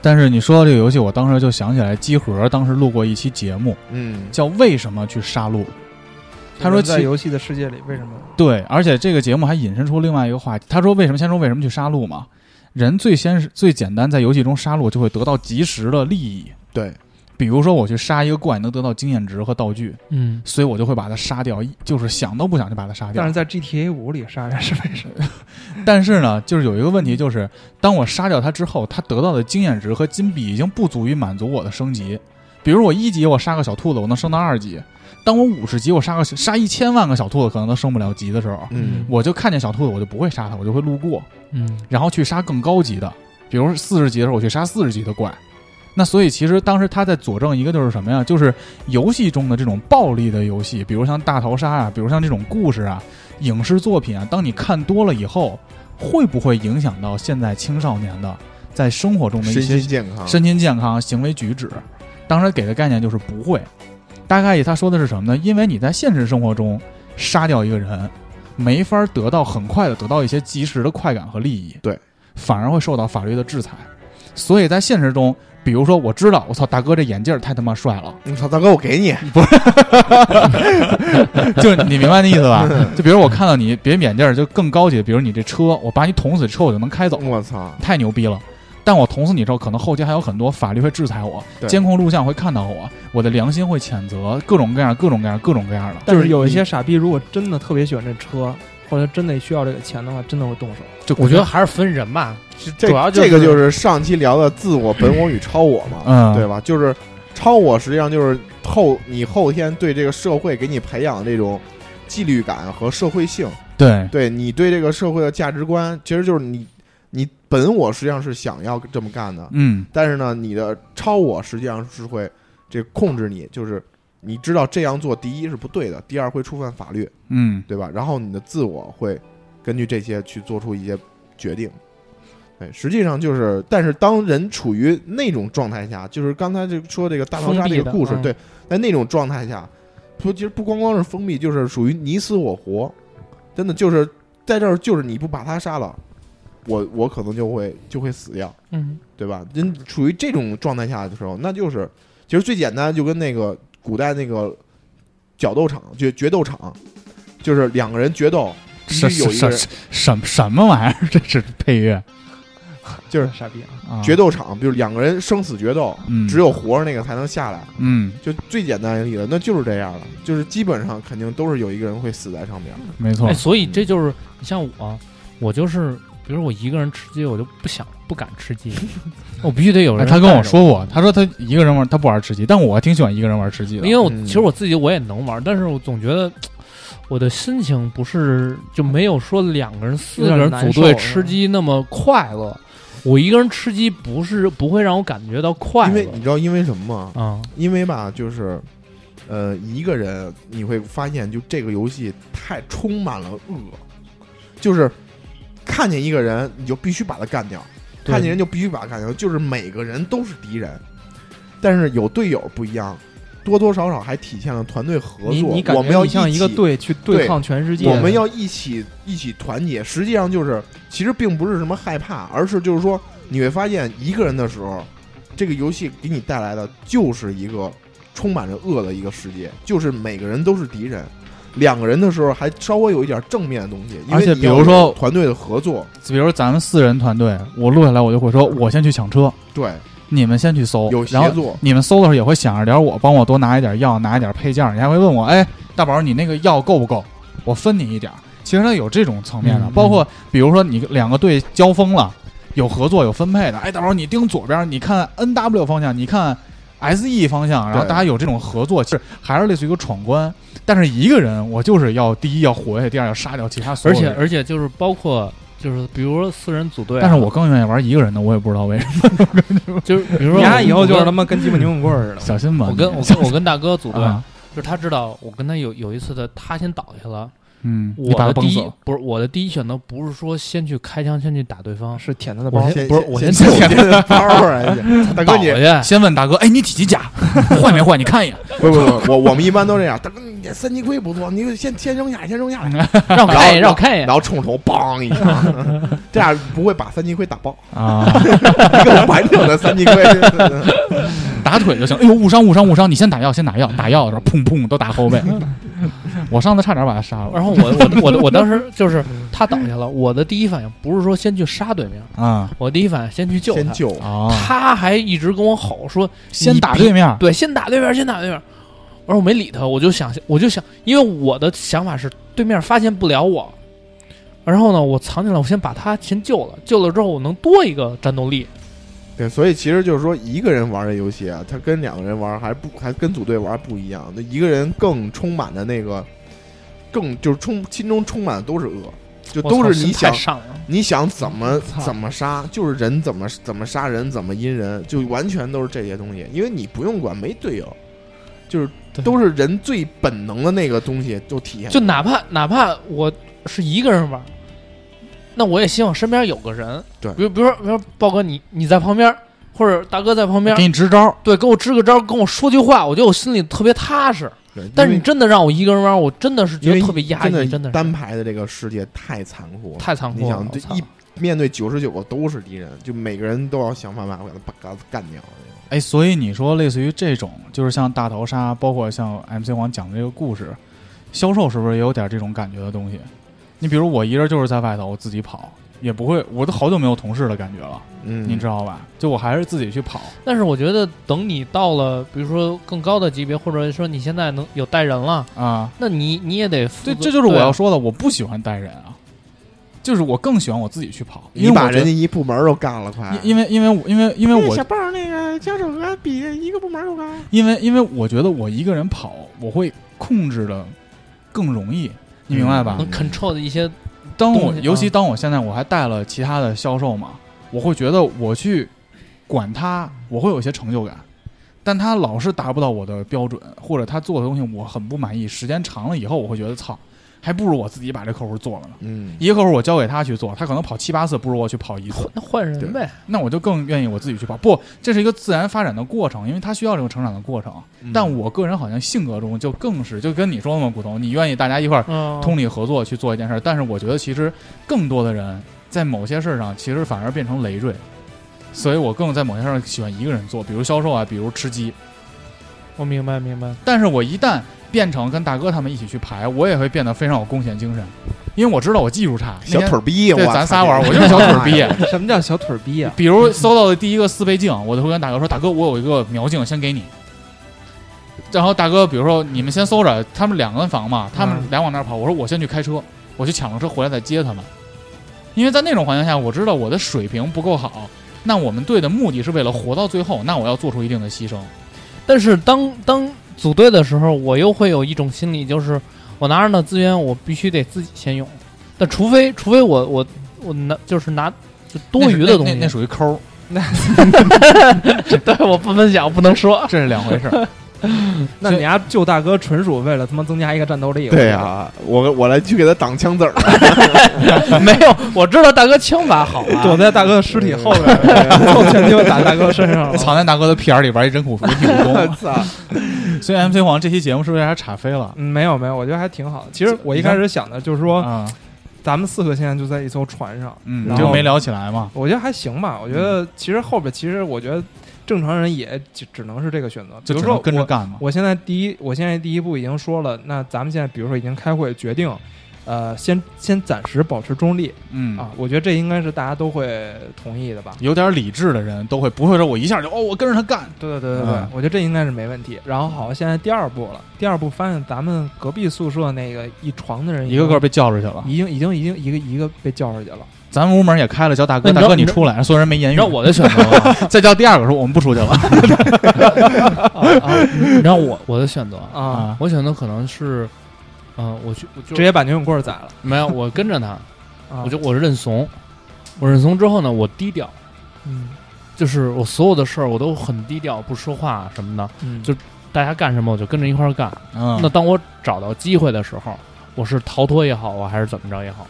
Speaker 2: 但是你说到这个游戏，我当时就想起来集合当时录过一期节目，
Speaker 3: 嗯，
Speaker 2: 叫《为什么去杀戮》。他说
Speaker 1: 人在
Speaker 2: 其
Speaker 1: 游戏的世界里为什么？
Speaker 2: 对，而且这个节目还引申出另外一个话题。他说为什么先说为什么去杀戮嘛？人最先是最简单，在游戏中杀戮就会得到及时的利益。
Speaker 3: 对，
Speaker 2: 比如说，我去杀一个怪能得到经验值和道具，
Speaker 4: 嗯，
Speaker 2: 所以我就会把它杀掉，一就是想都不想就把它杀掉
Speaker 1: 但是。在 GTA 五里杀人是为什么？
Speaker 2: 但是呢，就是有一个问题，就是当我杀掉它之后，它得到的经验值和金币已经不足以满足我的升级。比如我一级我杀个小兔子，我能升到二级；当我五十级我杀个杀一千万个小兔子，可能都升不了级的时候，
Speaker 3: 嗯
Speaker 2: 我就看见小兔子，我就不会杀它，我就会路过，
Speaker 4: 嗯，
Speaker 2: 然后去杀更高级的，比如四十级的时候我去杀四十级的怪。那所以其实当时他在佐证一个就是什么呀？就是游戏中的这种暴力的游戏，比如像大逃杀啊，比如像这种故事啊、影视作品啊，当你看多了以后，会不会影响到现在青少年的在生活中的一
Speaker 3: 身
Speaker 2: 些
Speaker 3: 心健康，
Speaker 2: 身心健康、行为举止。当时给的概念就是不会。大概他说的是什么呢？因为你在现实生活中杀掉一个人，没法得到很快的得到一些及时的快感和利益，
Speaker 3: 对，
Speaker 2: 反而会受到法律的制裁。所以在现实中，比如说我知道，我操，大哥这眼镜儿太他妈帅了，
Speaker 3: 你操，大哥，我给你，
Speaker 2: 就是你明白那意思吧？ 就比如我看到你别眼镜儿就更高级，比如你这车，我把你捅死车我就能开走，
Speaker 3: 我操，
Speaker 2: 太牛逼了。但我捅死你之后，可能后期还有很多法律会制裁我，
Speaker 3: 对
Speaker 2: 监控录像会看到我，我的良心会谴责，各种各样、各种各样、各种各样的。
Speaker 1: 但
Speaker 3: 就是
Speaker 1: 是有一
Speaker 3: 你
Speaker 1: 些傻逼，如果真的特别喜欢这车，或者真的需要这个钱的话，真的会动手。
Speaker 2: 就
Speaker 4: 我觉得，还是分人吧，
Speaker 3: 这
Speaker 4: 主要就
Speaker 3: 这个
Speaker 4: 是
Speaker 3: 就是上期聊的自我、本我与超我嘛，
Speaker 2: 嗯
Speaker 3: 对吧？就是超我实际上就是后你后天对这个社会给你培养这种纪律感和社会性，
Speaker 2: 对
Speaker 3: 对你对这个社会的价值观，其实就是你你本我实际上是想要这么干的，
Speaker 2: 嗯，
Speaker 3: 但是呢，你的超我实际上是会这控制你，就是你知道这样做第一是不对的，第二会触犯法律，
Speaker 2: 嗯，
Speaker 3: 对吧？然后你的自我会根据这些去做出一些决定。对，哎实际上就是，但是当人处于那种状态下，就是刚才这个说这个大逃杀
Speaker 4: 封闭
Speaker 3: 这个
Speaker 4: 的
Speaker 3: 故事，
Speaker 4: 嗯
Speaker 3: 对，在那种状态下，说其实不光光是封闭，就是属于你死我活，真的就是在这儿，就是你不把他杀了，我我可能就会就会死掉。
Speaker 4: 嗯，
Speaker 3: 对吧？人处于这种状态下的时候，那就是其实最简单，就跟那个古代那个角斗场、决决斗场，就是两个人决斗，必
Speaker 2: 什
Speaker 3: 须有
Speaker 2: 什
Speaker 3: 一
Speaker 2: 什
Speaker 3: 个人
Speaker 2: 什什什么玩意儿？这是配乐
Speaker 3: 就是
Speaker 1: 傻逼啊！
Speaker 2: 啊？
Speaker 3: 决斗场，就是两个人生死决斗，
Speaker 2: 嗯
Speaker 3: 嗯只有活着那个才能下来。
Speaker 2: 嗯，
Speaker 3: 就最简单的例子，那就是这样了，就是基本上肯定都是有一个人会死在上面。
Speaker 2: 没错
Speaker 4: 哎，，所以这就是你像我，我就是比如我一个人吃鸡，我就不想不敢吃 鸡，我必须得有
Speaker 2: 哎
Speaker 4: 人。
Speaker 2: 他跟我说，过，他说他一个人玩，他不玩吃鸡，但我挺喜欢一个人玩吃鸡的
Speaker 4: 因为。我
Speaker 3: 嗯
Speaker 4: 其实我自己我也能玩，但是我总觉得。我的心情不是就没有说两个人、四个人组队吃鸡那么快乐。我一个人吃鸡不是不会让我感觉到快
Speaker 3: 因
Speaker 4: 乐
Speaker 3: 为你知道因为什么吗？
Speaker 4: 啊，
Speaker 3: 因为吧，就是呃，一个人你会发现，就这个游戏太充满了恶，就是看见一个人你就必须把他干掉，
Speaker 4: 对
Speaker 3: 看见人就必须把他干掉，就是每个人都是敌人，但是有队友不一样，多多少少还体现了团队合
Speaker 1: 你
Speaker 3: 作
Speaker 1: 你。感
Speaker 3: 我们要
Speaker 1: 觉你像
Speaker 3: 一
Speaker 1: 一个
Speaker 3: 起
Speaker 1: 队去对抗全世界，
Speaker 3: 我们要一起一起团结。实际上就是，其实并不是什么害怕，而是就是说，你会发现一个人的时候，这个游戏给你带来的就是一个充满着恶的一个世界，就是每个人都是敌人。两个人的时候还稍微有一点正面的东西，因
Speaker 2: 而且
Speaker 3: 为你要
Speaker 2: 比如说
Speaker 3: 有团队的合作，
Speaker 2: 比如咱们四人团队，我录下来我就会说，我先去抢车，
Speaker 3: 对，
Speaker 2: 你们先去搜，
Speaker 3: 有
Speaker 2: 哦然后
Speaker 3: 协作，
Speaker 2: 你们搜的时候也会想着点我，帮我多拿一点药，拿一点配件儿。你还会问我，哎，大宝，你那个药够不够？我分你一点儿。其实它有这种层面的，
Speaker 4: 嗯
Speaker 2: 包括比如说你两个队交锋了，有合作有分配的。哎，大宝，你盯左边，你看 N W 方向，你看 S E 方向，然后
Speaker 3: 对
Speaker 2: 大家有这种合作，其实还是类似于一个闯关。但是一个人，我就是要第一要活下去，第二要杀掉其他所
Speaker 4: 而
Speaker 2: 有
Speaker 4: 且
Speaker 2: 人。
Speaker 4: 而且就是包括就是比如说四人组队啊，
Speaker 2: 但是我更愿意玩一个人的，我也不知道为什么。
Speaker 4: 就是比
Speaker 1: 你
Speaker 4: 如说
Speaker 1: 丫
Speaker 4: 我
Speaker 1: 以后就是
Speaker 4: 我
Speaker 1: 他
Speaker 4: 跟
Speaker 1: 妈跟鸡巴牛永棍儿似的。
Speaker 2: 小心吧，
Speaker 4: 我跟
Speaker 2: 你
Speaker 4: 我跟我跟大哥组队，
Speaker 2: 啊，
Speaker 4: 就是他知道我跟他有有一次的，他先倒下了，
Speaker 2: 嗯，你
Speaker 4: 我
Speaker 2: 把他
Speaker 4: 的
Speaker 2: 崩
Speaker 4: 第
Speaker 2: 死
Speaker 4: 一
Speaker 2: 了。
Speaker 4: 不是我的第一选择不是说先去开枪先去打对方，
Speaker 1: 是舔他的
Speaker 4: 我
Speaker 1: 包
Speaker 2: 哎
Speaker 4: 先，不是我
Speaker 3: 先
Speaker 4: 先
Speaker 3: 先
Speaker 4: 走
Speaker 3: 先先包儿去，哎大哥
Speaker 4: 倒
Speaker 3: 你
Speaker 4: 下去，
Speaker 2: 先问大哥，哎，你几级甲？坏没坏？你看一眼。
Speaker 3: 不不不，我我们一般都这样，大哥你这三级盔不错，你先先扔下，先扔下，
Speaker 4: 让我看一眼，
Speaker 3: 然后
Speaker 4: 让我看一眼
Speaker 3: 然。后冲头梆一下， 这样不会把三级盔打爆，
Speaker 2: 啊，
Speaker 3: 一个完整的三级 盔。
Speaker 2: 打腿就行。哎呦，误伤误伤误伤！你先打药，先打药，打药的时候砰砰都打后 背。我上次差点把他杀了
Speaker 4: 然后我我我的我当时就是他倒下了，我的第一反应不是说先去杀对面，
Speaker 2: 啊
Speaker 4: 我第一反应先去救
Speaker 3: 先
Speaker 4: 他。
Speaker 3: 救，
Speaker 2: 啊！
Speaker 4: 他还一直跟我吼说
Speaker 2: 先打对面
Speaker 4: “对，先打对面，先打对面”。我说我没理他，我就想，我就想，因为我的想法是对面发现不了我，然后呢，我藏起来，我先把他先救了，救了之后我能多一个战斗力。
Speaker 3: 对，所以其实就是说，一个人玩这游戏啊，他跟两个人玩还不还跟组队玩不一样，那一个人更充满着那个，更就是充心中充满的都是恶，就
Speaker 4: 我操
Speaker 3: 都是你
Speaker 4: 心太
Speaker 3: 想
Speaker 4: 上了，
Speaker 3: 你想怎么
Speaker 1: 操
Speaker 3: 怎么杀，就是人怎么怎么杀人，怎么阴人，就完全都是这些东西。因为你不用管，没队友，就是
Speaker 4: 对
Speaker 3: 都是人最本能的那个东西就体现。
Speaker 4: 就哪怕哪怕我是一个人玩，那我也希望身边有个人。
Speaker 3: 对
Speaker 4: 比如比如说比如说豹哥你你在旁边，或者大哥在旁边
Speaker 2: 给，你支招。
Speaker 4: 对，给我支个招，跟我说句话，我觉得我心里特别踏实。
Speaker 3: 对
Speaker 4: 但是
Speaker 3: 因
Speaker 4: 你
Speaker 3: 为
Speaker 4: 真的让我一个人玩，我真的是觉得
Speaker 3: 因为
Speaker 4: 特别压抑，
Speaker 3: 真
Speaker 4: 真的是
Speaker 3: 单排的这个世界太残酷了。
Speaker 4: 太残酷
Speaker 3: 你
Speaker 4: 了
Speaker 3: 想，。这
Speaker 4: 我操
Speaker 3: 一面对九十九个都是敌人，就每个人都要想办法把他把他干掉。
Speaker 2: 哎，所以你说类似于这种，就是像大逃杀，包括像 MC 王讲的这个故事，销售是不是也有点这种感觉的东西？你比如我一人就是在外头，我自己跑，也不会，我都好久没有同事的感觉了，
Speaker 3: 嗯，
Speaker 2: 你知道吧？就我还是自己去跑。
Speaker 4: 但是我觉得，等你到了，比如说更高的级别，或者说你现在能有带人了，
Speaker 2: 啊，
Speaker 4: 那你你也得负责
Speaker 2: 对，这就是我
Speaker 4: 对啊
Speaker 2: 要说的，我不喜欢带人啊，就是我更喜欢我自己去跑，因
Speaker 3: 你
Speaker 2: 为
Speaker 3: 把
Speaker 2: 我觉
Speaker 3: 人
Speaker 2: 得
Speaker 3: 家啊一部门都干了，快！
Speaker 2: 因因为因为我因为因为我
Speaker 3: 豹儿那个脚手哥比一个部门都高。
Speaker 2: 因为因为我觉得我一个人跑，我会控制的更容易，你明白吧？
Speaker 4: 能 control 的一些，
Speaker 2: 当
Speaker 4: 东
Speaker 2: 我
Speaker 4: 西
Speaker 2: 尤其
Speaker 4: 啊
Speaker 2: 当我现在我还带了其他的销售嘛，我会觉得我去管他，我会有一些成就感。但他老是达不到我的标准，或者他做的东西我很不满意，时间长了以后，我会觉得操，还不如我自己把这客户做了呢。
Speaker 3: 嗯，
Speaker 2: 一个客户我交给他去做，他可能跑七八次，不如我去跑一次，
Speaker 4: 那换人呗。
Speaker 2: 那我就更愿意我自己去跑。不，这是一个自然发展的过程，因为他需要这种成长的过程。嗯
Speaker 3: 嗯
Speaker 2: 但我个人好像性格中就更是，就跟你说的嘛，古潼，你愿意大家一块儿
Speaker 3: 哦
Speaker 4: 嗯，
Speaker 2: 通力合作去做一件事儿，但是我觉得其实更多的人在某些事儿上其实反而变成累赘，所以我更在某些事儿上喜欢一个人做，比如销售啊，比如吃鸡。
Speaker 4: 我明白明白。
Speaker 2: 但是我一旦变成跟大哥他们一起去排，我也会变得非常有贡献精神，因为我知道我技术差，那
Speaker 3: 嗯小
Speaker 2: 天
Speaker 3: 腿儿逼，
Speaker 2: 对
Speaker 3: 我
Speaker 2: 咱
Speaker 3: 操
Speaker 2: 仨玩儿，我就是小腿儿逼。
Speaker 1: 什么叫小腿儿逼啊？
Speaker 2: 比如搜到的第一个四倍镜，我就会跟大哥说：“大哥，我有一个瞄镜，先给你。”然后大哥，比如说你们先搜着，他们两个人房嘛，他们
Speaker 1: 嗯
Speaker 2: 俩往那儿跑，我说我先去开车，我去抢了车回来再接他们。因为在那种环境下，我知道我的水平不够好，那我们队的目的是为了活到最后，那我要做出一定的牺牲。
Speaker 4: 但是当当组队的时候，我又会有一种心理，就是我拿着的资源，我必须得自己先用。但除非除非我我我拿就是拿就多余的 东
Speaker 2: 那是那那那
Speaker 4: 西，
Speaker 2: 属于抠儿，
Speaker 4: 对，我不分享，不能说。啊
Speaker 2: 这是两回事儿。
Speaker 1: 那你丫救大哥纯属为了他妈增加一个战斗力。
Speaker 3: 对啊呀，我我来去给他挡枪 子儿，
Speaker 4: 没有，我知道大哥枪法好
Speaker 1: 我觉得，
Speaker 4: 啊。
Speaker 1: 躲在大哥的尸体后边，
Speaker 3: 啊
Speaker 1: 后拳就打大哥身上了。
Speaker 2: 藏在大哥的屁眼儿里玩一人骨人体蜈蚣
Speaker 3: 我。操！
Speaker 2: 所以 MC 黄这期节目是不是有点岔飞了？
Speaker 1: 嗯，没有没有，我觉得还挺好的。其实我一开始想的就是说，
Speaker 2: 啊，
Speaker 1: 咱们四个现在就在一艘船上，
Speaker 2: 嗯，
Speaker 1: 然
Speaker 2: 就
Speaker 1: 后
Speaker 2: 没聊起来嘛。嗯
Speaker 1: 我觉得还行吧。我觉得其实后边其实我觉得正常人也只只能是这个选择。比
Speaker 2: 就
Speaker 1: 如
Speaker 2: 只
Speaker 1: 说
Speaker 2: 能跟着
Speaker 1: 我，
Speaker 2: 干嘛。
Speaker 1: 我现在第一，我现在第一步已经说了，那咱们现在比如说已经开会决定，呃，先先暂时保持中立
Speaker 2: 嗯
Speaker 1: 啊，，我觉得这应该是大家都会同意的吧。
Speaker 2: 有点理智的人都会不会说我一下就哦，我跟着他干。
Speaker 1: 对对对对对，
Speaker 2: 嗯
Speaker 1: 啊我觉得这应该是没问题。然后好，现在第二步了，第二步发现咱们隔壁宿舍那个一床的人已
Speaker 2: 一
Speaker 1: 经
Speaker 2: 个个被叫出去了，
Speaker 1: 已经已经已经一个一个被叫出去了。
Speaker 2: 嗯咱们屋门也开了，叫大哥，
Speaker 4: 那你
Speaker 2: 大
Speaker 4: 知道
Speaker 2: 哥你出来，所有人没言
Speaker 4: 你
Speaker 2: 语。
Speaker 4: 知道我的选择 吗？
Speaker 2: 再叫第二个说我们不出去了
Speaker 1: 啊啊
Speaker 4: 你知道我我的选择，
Speaker 1: 啊！
Speaker 2: 啊，
Speaker 4: 我选择可能是，嗯、我去，我就
Speaker 1: 直接把牛永贵宰了。
Speaker 4: 没有，我跟着他，
Speaker 1: 啊、
Speaker 4: 我就我是认怂，我认怂之后呢，我低调，
Speaker 1: 嗯
Speaker 4: 就是我所有的事儿我都很低调，不说话什么的，
Speaker 1: 嗯，
Speaker 4: 就大家干什么我就跟着一块儿干。
Speaker 2: 嗯，
Speaker 4: 那当我找到机会的时候，我是逃脱也好，我还是怎么着也好，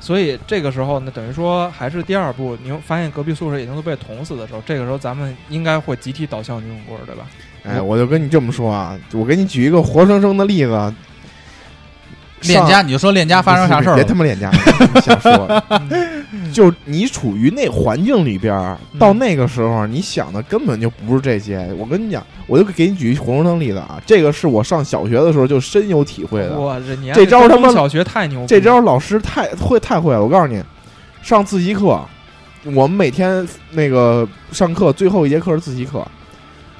Speaker 1: 所以这个时候呢，等于说还是第二步，牛发现隔壁宿舍已经都被捅死的时候，这个时候咱们应该会集体倒向牛永贵，对吧？
Speaker 3: 哎，我就跟你这么说啊，我给你举一个活生生的例子。
Speaker 2: 链
Speaker 3: 上
Speaker 2: 家你就说链家发生啥事儿
Speaker 3: 别他
Speaker 2: 了？
Speaker 3: 妈脸颊，瞎说。
Speaker 1: 嗯
Speaker 3: 就是你处于那环境里边儿，
Speaker 1: 嗯
Speaker 3: 到那个时候，你想的根本就不是这些。我跟你讲，我就给你举一活生生例子啊，这个是我上小学的时候就深有体会的。
Speaker 1: 我这你
Speaker 3: 啊这招他妈
Speaker 1: 小学太牛逼了，
Speaker 3: 这招老师太会太会了，我告诉你，上自习课，我们每天那个上课最后一节课是自习课，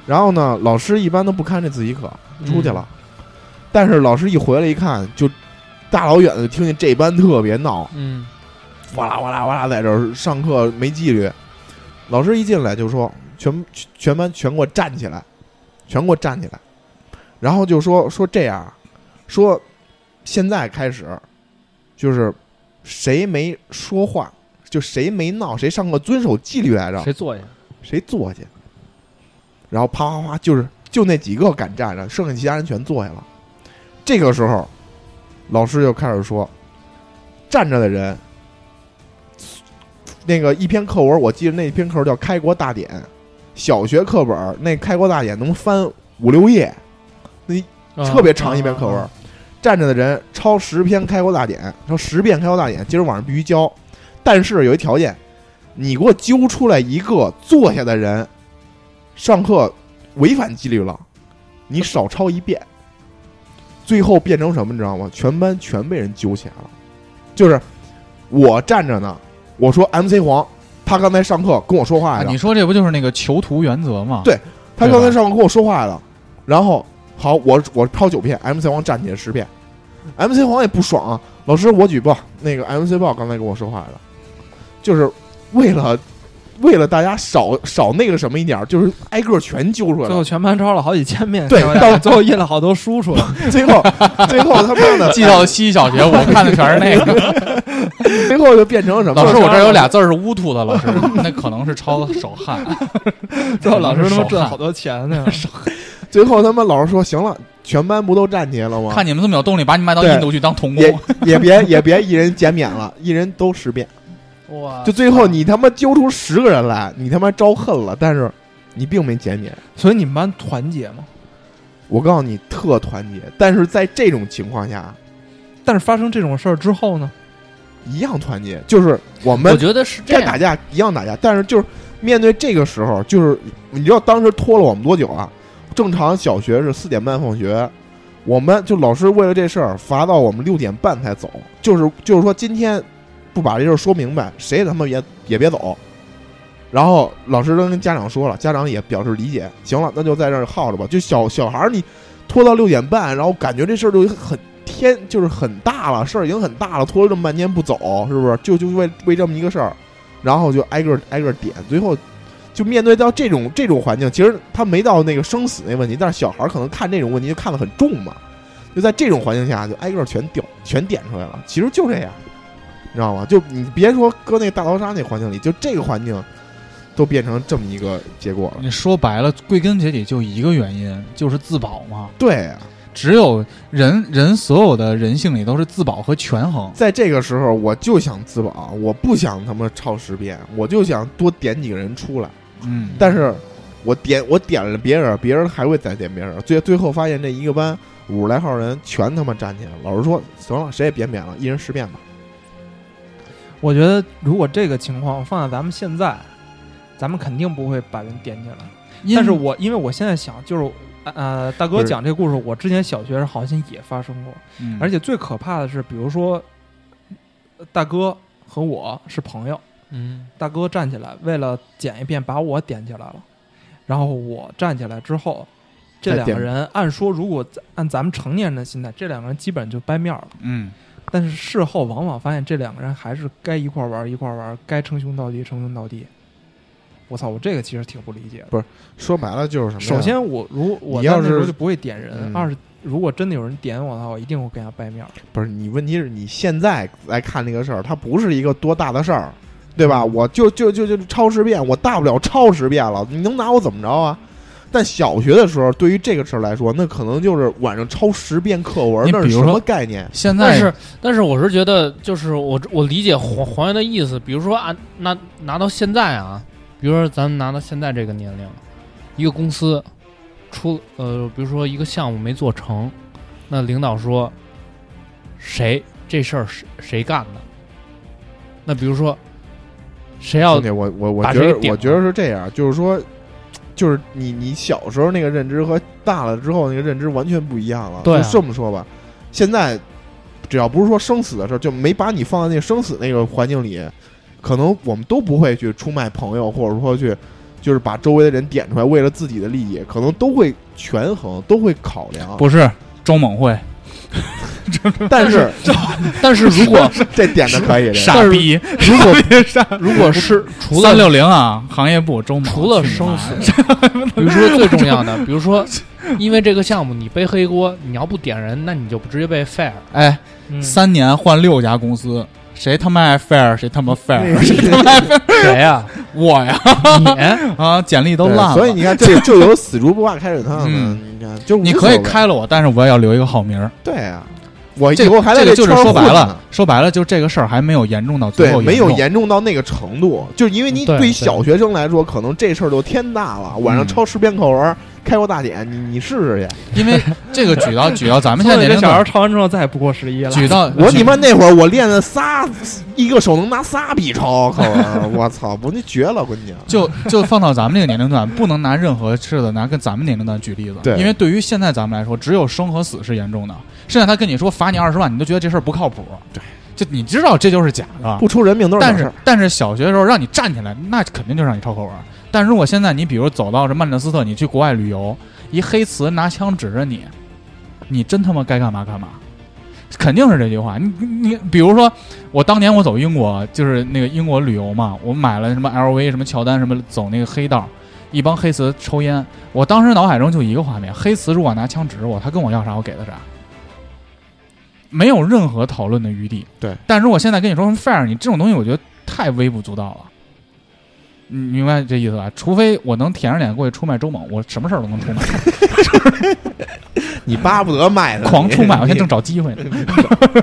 Speaker 3: 然后呢，老师一般都不看这自习课，出去了。
Speaker 1: 嗯
Speaker 3: 但是老师一回来一看，就大老远的就听见这班特别闹，
Speaker 4: 嗯，
Speaker 3: 哇啦哇啦哇啦，在这儿上课没纪律。老师一进来就说：“全全班全给我站起来，全给我站起来。”然后就说说这样啊，说现在开始，就是谁没说话，就谁没闹，谁上课遵守纪律
Speaker 2: 啊
Speaker 3: 来着，
Speaker 4: 谁坐下？
Speaker 3: 谁坐下。然后啪啪啪，就是就那几个敢站着，剩下其他人全坐下了。这个时候，老师就开始说，站着的人，那个一篇课文，我记得那篇课文叫《开国大典》，小学课本儿那《开国大典》能翻五六页，
Speaker 4: 啊
Speaker 3: 特别长一篇课
Speaker 4: 嗯
Speaker 3: 文。站着的人抄十篇开国大典，抄十遍开国大典，今儿晚上必须交。但是有一条件，你给我揪出来一个坐下的人，上课违反纪律了，你少抄一遍。最后变成什么，你知道吗？全班全被人揪起来了。就是我站着呢，我说 MC 黄，他刚才上课跟我说话
Speaker 2: 啊
Speaker 3: 来着，
Speaker 2: 你说这不就是那个囚徒原则吗？
Speaker 3: 对他刚
Speaker 2: 对
Speaker 3: 才
Speaker 2: 吧
Speaker 3: 上课跟我说话了，然后好，我我抄九遍，MC 黄站起来十遍，MC 黄也不爽啊，老师我举报那个 MC 报刚才跟我说话了，就是为了为了大家少少那个什么一点儿，就是挨个全揪出来
Speaker 1: 最后
Speaker 3: 了，
Speaker 1: 全班抄了好几千遍，
Speaker 3: 嗯对
Speaker 1: 开玩笑
Speaker 3: 到
Speaker 1: 最后印了好多书 出来。
Speaker 3: 最后最后他妈的
Speaker 2: 寄到西小 学，我看的全是那个。
Speaker 3: 最后就变成了什么？
Speaker 2: 老师，我这儿有俩字儿是乌吐的，老 师，那可能是抄手汗。
Speaker 1: 最后老师他妈
Speaker 2: 手汗
Speaker 1: 挣好多钱呢，
Speaker 3: 最后他妈老师说行了，全班不都站起来了吗？
Speaker 2: 看你们这么有动力，把你卖到印度去当童
Speaker 3: 也
Speaker 2: 工。
Speaker 3: 也别也别一人减免了，一人都十遍。
Speaker 4: 哇！
Speaker 3: 就最后你他妈揪出十个人来，你他妈招恨了，但是你并没减免。
Speaker 1: 所以你们班团结嘛。
Speaker 3: 我告诉你，特团结，但是在这种情况下
Speaker 1: 但是发生这种事儿之后呢，
Speaker 3: 一样团结，就是我
Speaker 4: 我
Speaker 3: 们
Speaker 4: 觉得是这
Speaker 3: 该打
Speaker 4: 样，
Speaker 3: 架一样打架，但是就是面对这个时候，就是你知道当时拖了我们多久啊？正常小学是四点半放学，我们就老师为了这事儿罚到我们六点半才走，就是就是说今天不把这事儿说明白，谁也他妈也也别走。然后老师都跟家长说了，家长也表示理解。行了，那就在这儿耗着吧。就小小孩儿，你拖到六点半，然后感觉这事儿就很天，就是很大了，事儿已经很大了，拖了这么半天不走，是不是？就就为为这么一个事儿，然后就挨个挨个点，最后就面对到这种这种环境，其实他没到那个生死那问题，但是小孩儿可能看这种问题就看得很重嘛，就在这种环境下就挨个全掉全点出来了，其实就这样，你知道吗？就你别说搁那大逃杀那环境里，就这个环境都变成这么一个结果了。
Speaker 2: 你说白了，归根结底就一个原因，就是自保嘛。
Speaker 3: 对啊，
Speaker 2: 只有人人所有的人性里都是自保和权衡。
Speaker 3: 在这个时候我就想自保，我不想他妈超十遍，我就想多点几个人出来。
Speaker 2: 嗯，
Speaker 3: 但是我点我点了别人，别人还会再点别人，最最后发现这一个班五十来号人全他妈站起来了。老师说行了，谁也别免了，一人十遍吧。
Speaker 1: 我觉得如果这个情况放在咱们现在，咱们肯定不会把人点起来。
Speaker 2: 因
Speaker 1: 但是我因为我现在想，就是呃，大
Speaker 3: 不
Speaker 1: 哥
Speaker 3: 是
Speaker 1: 讲这故事，我之前小学时候好像也发生过，
Speaker 2: 嗯
Speaker 1: 而且最可怕的是，比如说呃大哥和我是朋友，
Speaker 4: 嗯
Speaker 1: 大哥站起来为了捡一遍把我点起来了，然后我站起来之后。这
Speaker 3: 还
Speaker 1: 两个
Speaker 3: 点
Speaker 1: 人，按说如果按咱们成年人的心态，这两个人基本就掰面儿了。
Speaker 2: 嗯
Speaker 1: 但是事后往往发现，这两个人还是该一块儿玩儿一块儿玩儿，该称兄道弟称兄道弟。我操，我这个其实挺不理解的。
Speaker 3: 说白了就是什么
Speaker 1: 首
Speaker 3: 呀？
Speaker 1: 先我，如我
Speaker 3: 你要
Speaker 1: 在那时候
Speaker 3: 是
Speaker 1: 就不会点人；
Speaker 3: 嗯
Speaker 1: 二是，如果真的有人点我的话，我一定会跟他掰面儿。
Speaker 3: 不是你，问题是你现在来看这个事儿，它不是一个多大的事儿，对吧？
Speaker 2: 嗯
Speaker 3: 我就就就就抄十遍，我大不了抄十遍了，你能拿我怎么着啊？但小学的时候，对于这个事儿来说，那可能就是晚上抄十遍课文，
Speaker 2: 你
Speaker 3: 那是
Speaker 2: 比如
Speaker 3: 什
Speaker 2: 说
Speaker 3: 么概念？
Speaker 2: 现在
Speaker 4: 但是，但是我是觉得，就是我我理解黄黄源的意思，比如说啊，那拿到现在啊，比如说咱们拿到现在这个年龄，一个公司出呃，比如说一个项目没做成，那领导说谁这事儿谁谁干的？那比如说谁要
Speaker 3: 兄弟，我我我
Speaker 4: 把
Speaker 3: 觉
Speaker 4: 谁
Speaker 3: 得
Speaker 4: 给顶
Speaker 3: 我觉得是这样，就是说，就是你你小时候那个认知和大了之后那个认知完全不一样了。
Speaker 4: 对啊
Speaker 3: 就这么说吧，现在只要不是说生死的事儿，就没把你放在那个生死那个环境里，可能我们都不会去出卖朋友，或者说去就是把周围的人点出来，为了自己的利益，可能都会权衡，都会考量。
Speaker 2: 不是周猛会
Speaker 3: 但是
Speaker 4: 但是如果
Speaker 3: 这点的可以，这
Speaker 2: 傻逼，
Speaker 4: 如果
Speaker 2: 傻
Speaker 4: 如果是除
Speaker 2: 三
Speaker 4: 了
Speaker 2: 六零啊，行业部周猛
Speaker 4: 除了生死，比如说最重要的，比如说，因为这个项目你背黑锅，你要不点人，那你就直接被 fire。
Speaker 2: 哎，
Speaker 1: 嗯
Speaker 2: 三年换六家公司，谁他妈爱 fair 谁他妈 fair，
Speaker 3: 个
Speaker 4: 谁呀、
Speaker 2: 我呀
Speaker 4: 你哎
Speaker 2: 啊，简历都
Speaker 3: 对
Speaker 2: 烂了，
Speaker 3: 所以你看，这就有死猪不怕开水烫的
Speaker 2: 嗯，
Speaker 3: 你看，就无
Speaker 2: 你
Speaker 3: 所
Speaker 2: 可以
Speaker 3: 谓
Speaker 2: 开了我，但是我也要留一个好名儿。
Speaker 3: 对啊，我以
Speaker 2: 这
Speaker 3: 后还在
Speaker 2: 这个就
Speaker 3: 圈
Speaker 2: 是
Speaker 3: 儿
Speaker 2: 说白
Speaker 3: 混
Speaker 2: 了
Speaker 3: 呢，
Speaker 2: 说白了就这个事儿还没有严重到最
Speaker 3: 对，
Speaker 2: 后
Speaker 3: 没有
Speaker 2: 重
Speaker 3: 严重到那个程度，就是因为
Speaker 2: 嗯
Speaker 3: 你
Speaker 4: 对
Speaker 3: 对于
Speaker 4: 对
Speaker 3: 小学生来说，可能这事儿就天大了。晚上
Speaker 2: 嗯
Speaker 3: 抄十遍课文儿，开过大典，你你试试去。
Speaker 2: 因 为这个举到举到咱们现
Speaker 1: 所
Speaker 2: 在
Speaker 1: 以
Speaker 2: 年龄
Speaker 1: 这小孩
Speaker 2: 段，
Speaker 1: 唱完之后再也不过十一了。
Speaker 2: 举到
Speaker 3: 我
Speaker 2: 举
Speaker 3: 你妈那会儿我练了仨，一个手能拿仨笔抄课文儿， 我操，不那绝了，我跟你讲。
Speaker 2: 就就放到咱们这个年龄段，不能拿任何似的拿跟咱们年龄段举例子，
Speaker 3: 对
Speaker 2: 因为对于现在咱们来说，只有生和死是严重的，剩下他跟你说罚你二十万，你都觉得这事儿不靠谱，
Speaker 3: 对，
Speaker 2: 就你知道这就是假的，
Speaker 3: 不出人命都是
Speaker 2: 但
Speaker 3: 小事
Speaker 2: 是
Speaker 3: 儿，
Speaker 2: 但是小学的时候让你站起来，那肯定就让你抄课文。啊但如果现在你比如走到这曼彻斯特，你去国外旅游，一黑词拿枪指着你，你真他妈该干嘛干嘛，肯定是这句话。你你你比如说我当年我走英国，就是那个英国旅游嘛，我买了什么 LV 什么乔丹什么走那个黑道，一帮黑词抽烟，我当时脑海中就一个画面：黑词如果拿枪指着我，他跟我要啥，我给他啥。没有任何讨论的余地。
Speaker 3: 对，
Speaker 2: 但如果现在跟你说什么 fair，你这种东西我觉得太微不足道了。你明白这意思吧？除非我能舔着脸过去出卖周某，我什么事儿都能出 卖，
Speaker 3: 你巴不得卖的，
Speaker 2: 狂 出卖，我
Speaker 3: 你
Speaker 2: 现在正找机会呢。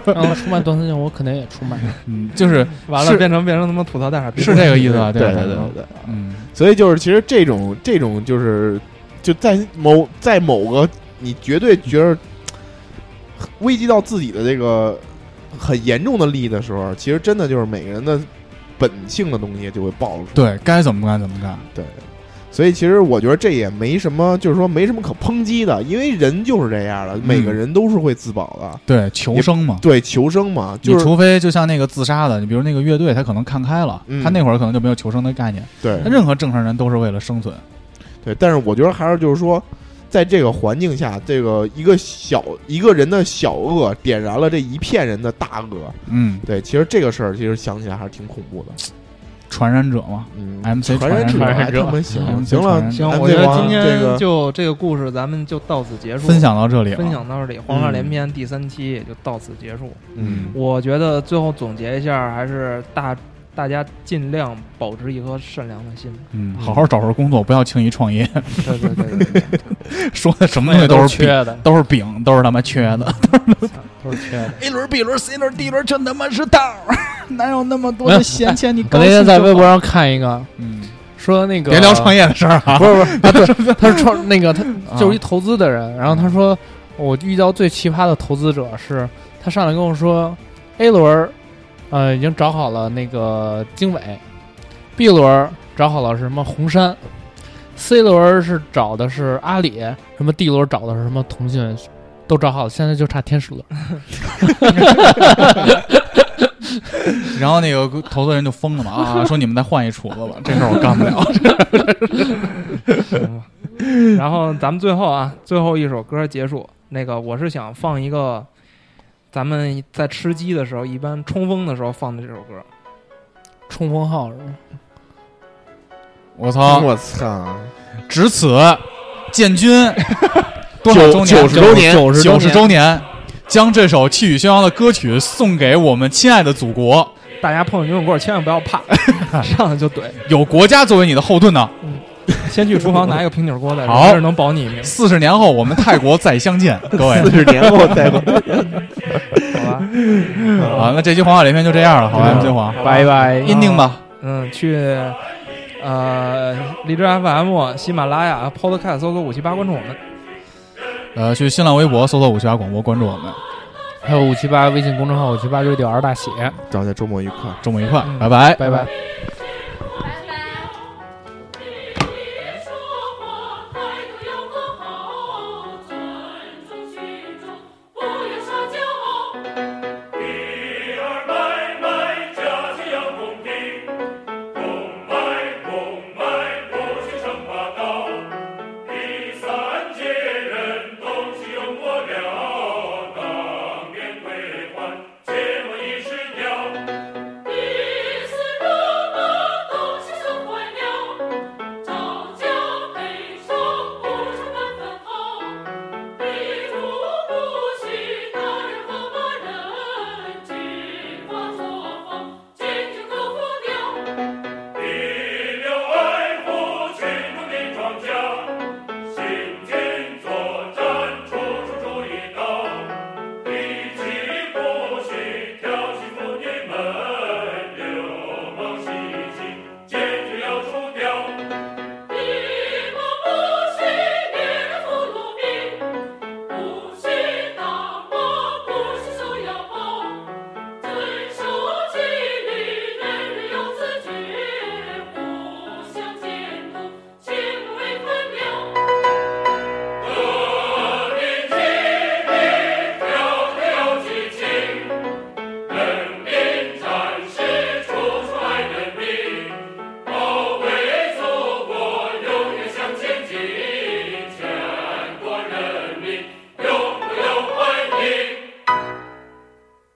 Speaker 4: 让我出卖段思静，我肯定也出卖。
Speaker 2: 嗯，就是
Speaker 1: 完了，
Speaker 2: 是
Speaker 1: 变成变成他妈吐槽大傻逼，
Speaker 2: 是这个意思吧？
Speaker 3: 对
Speaker 2: 吧
Speaker 3: 对对对。
Speaker 2: 嗯，
Speaker 3: 所以就是，其实这种这种就是就在某在某个你绝对觉得危及到自己的这个很严重的利益的时候，其实真的就是每个人的本性的东西就会暴露出来。
Speaker 2: 对该怎么干怎么干。
Speaker 3: 所以其实我觉得这也没什么，就是说没什么可抨击的，因为人就是这样的，每个人都是会自保的。
Speaker 2: 对，求生嘛。
Speaker 3: 对，求生嘛，
Speaker 2: 你
Speaker 3: 就是
Speaker 2: 除非就像那个自杀的，你比如那个乐队，他可能看开了，
Speaker 3: 嗯
Speaker 2: 他那会儿可能就没有求生的概念。
Speaker 3: 对
Speaker 2: 那任何正常人都是为了生存。
Speaker 3: 对，但是我觉得还是就是说，在这个环境下，这个一个小一个人的小恶点燃了这一片人的大恶，
Speaker 2: 嗯，
Speaker 3: 对，其实这个事儿其实想起来还是挺恐怖的。
Speaker 2: 传染者嘛。
Speaker 3: 嗯
Speaker 2: MC
Speaker 3: 传染者
Speaker 4: 传染
Speaker 3: 还
Speaker 4: 者
Speaker 3: 他妈行，
Speaker 2: MC
Speaker 3: 嗯行
Speaker 2: 传
Speaker 3: 了，
Speaker 2: 染者
Speaker 1: 行，
Speaker 3: 咱
Speaker 1: 我
Speaker 3: 这
Speaker 1: 觉得
Speaker 3: 帮
Speaker 1: 今
Speaker 3: 这
Speaker 1: 天
Speaker 3: 个
Speaker 1: 就这个故事，咱们就到此结束。
Speaker 2: 分享到这里了，
Speaker 1: 分享到这里，《黄
Speaker 3: 嗯
Speaker 1: 色连篇》第三期也就到此结束。
Speaker 3: 嗯，
Speaker 1: 我觉得最后总结一下，还是大大家尽量保持一颗善良的心。
Speaker 2: 嗯，好好找份工作，不要轻易创业。
Speaker 1: 对对对对对，
Speaker 2: 说的什么东西都
Speaker 4: 缺
Speaker 2: 饼，
Speaker 4: 的，
Speaker 2: 都是饼，都是他妈缺的。
Speaker 4: 都是缺的。
Speaker 2: A 轮、B 轮、C 轮、D 轮，真他妈是道儿， 哪有那么多
Speaker 4: 的
Speaker 2: 的闲钱？ 你
Speaker 4: 我那天在微博，上看一个，
Speaker 2: 嗯，
Speaker 4: 说那个
Speaker 2: 别聊创业的事儿啊
Speaker 4: 不。是不是，啊对，他是创那个他就是一投资的人，然后他说我遇到最奇葩的投资者是，他上来跟我说 A 轮儿，呃，已经找好了那个经纬，B 轮儿找好了什么红杉 C 轮是找的是阿里，什么 D 轮找的是什么腾讯，都找好了，现在就差天使轮。
Speaker 2: 然后那个投资人就疯了嘛啊， 说你们再换一厨子 吧，这事儿我干不了。
Speaker 1: 行吧。 然后咱们最后啊，最后一首歌结束。那个我是想放一个，咱们在吃鸡的时候，一般冲锋的时候放的这首歌。
Speaker 4: 冲锋号是吗？
Speaker 2: 我操！
Speaker 3: 我操，
Speaker 2: 值此建 军多少周年？
Speaker 3: 九十周年
Speaker 2: 九
Speaker 3: 90周年
Speaker 2: 十周年，将这首气宇轩昂的歌曲送给我们亲爱的祖国。
Speaker 1: 大家碰见牛肉棍千万不要怕，上来就怼。
Speaker 2: 有国家作为你的后盾呢，
Speaker 1: 先去厨房拿一个平底锅来，
Speaker 2: 好
Speaker 1: 没事能保你一命，
Speaker 2: 四十年后我们泰国再相 见，各位
Speaker 3: 四十年后再过，
Speaker 1: 好吧？
Speaker 2: 啊，那这期黄话连篇就这样了，好吧，
Speaker 1: 嗯
Speaker 2: 最后啊
Speaker 4: 拜拜。
Speaker 2: ending 吧，
Speaker 1: 嗯，去呃荔枝 FM、喜马拉雅、Podcast 搜索五七八关注我们。
Speaker 2: 呃，去新浪微博搜索五七八广播，关注我们，
Speaker 4: 还有五七八微信公众号五七八 radio 二大写，
Speaker 3: 大家周末愉快。
Speaker 2: 周末愉快，
Speaker 1: 嗯
Speaker 2: 拜拜。
Speaker 4: 拜拜。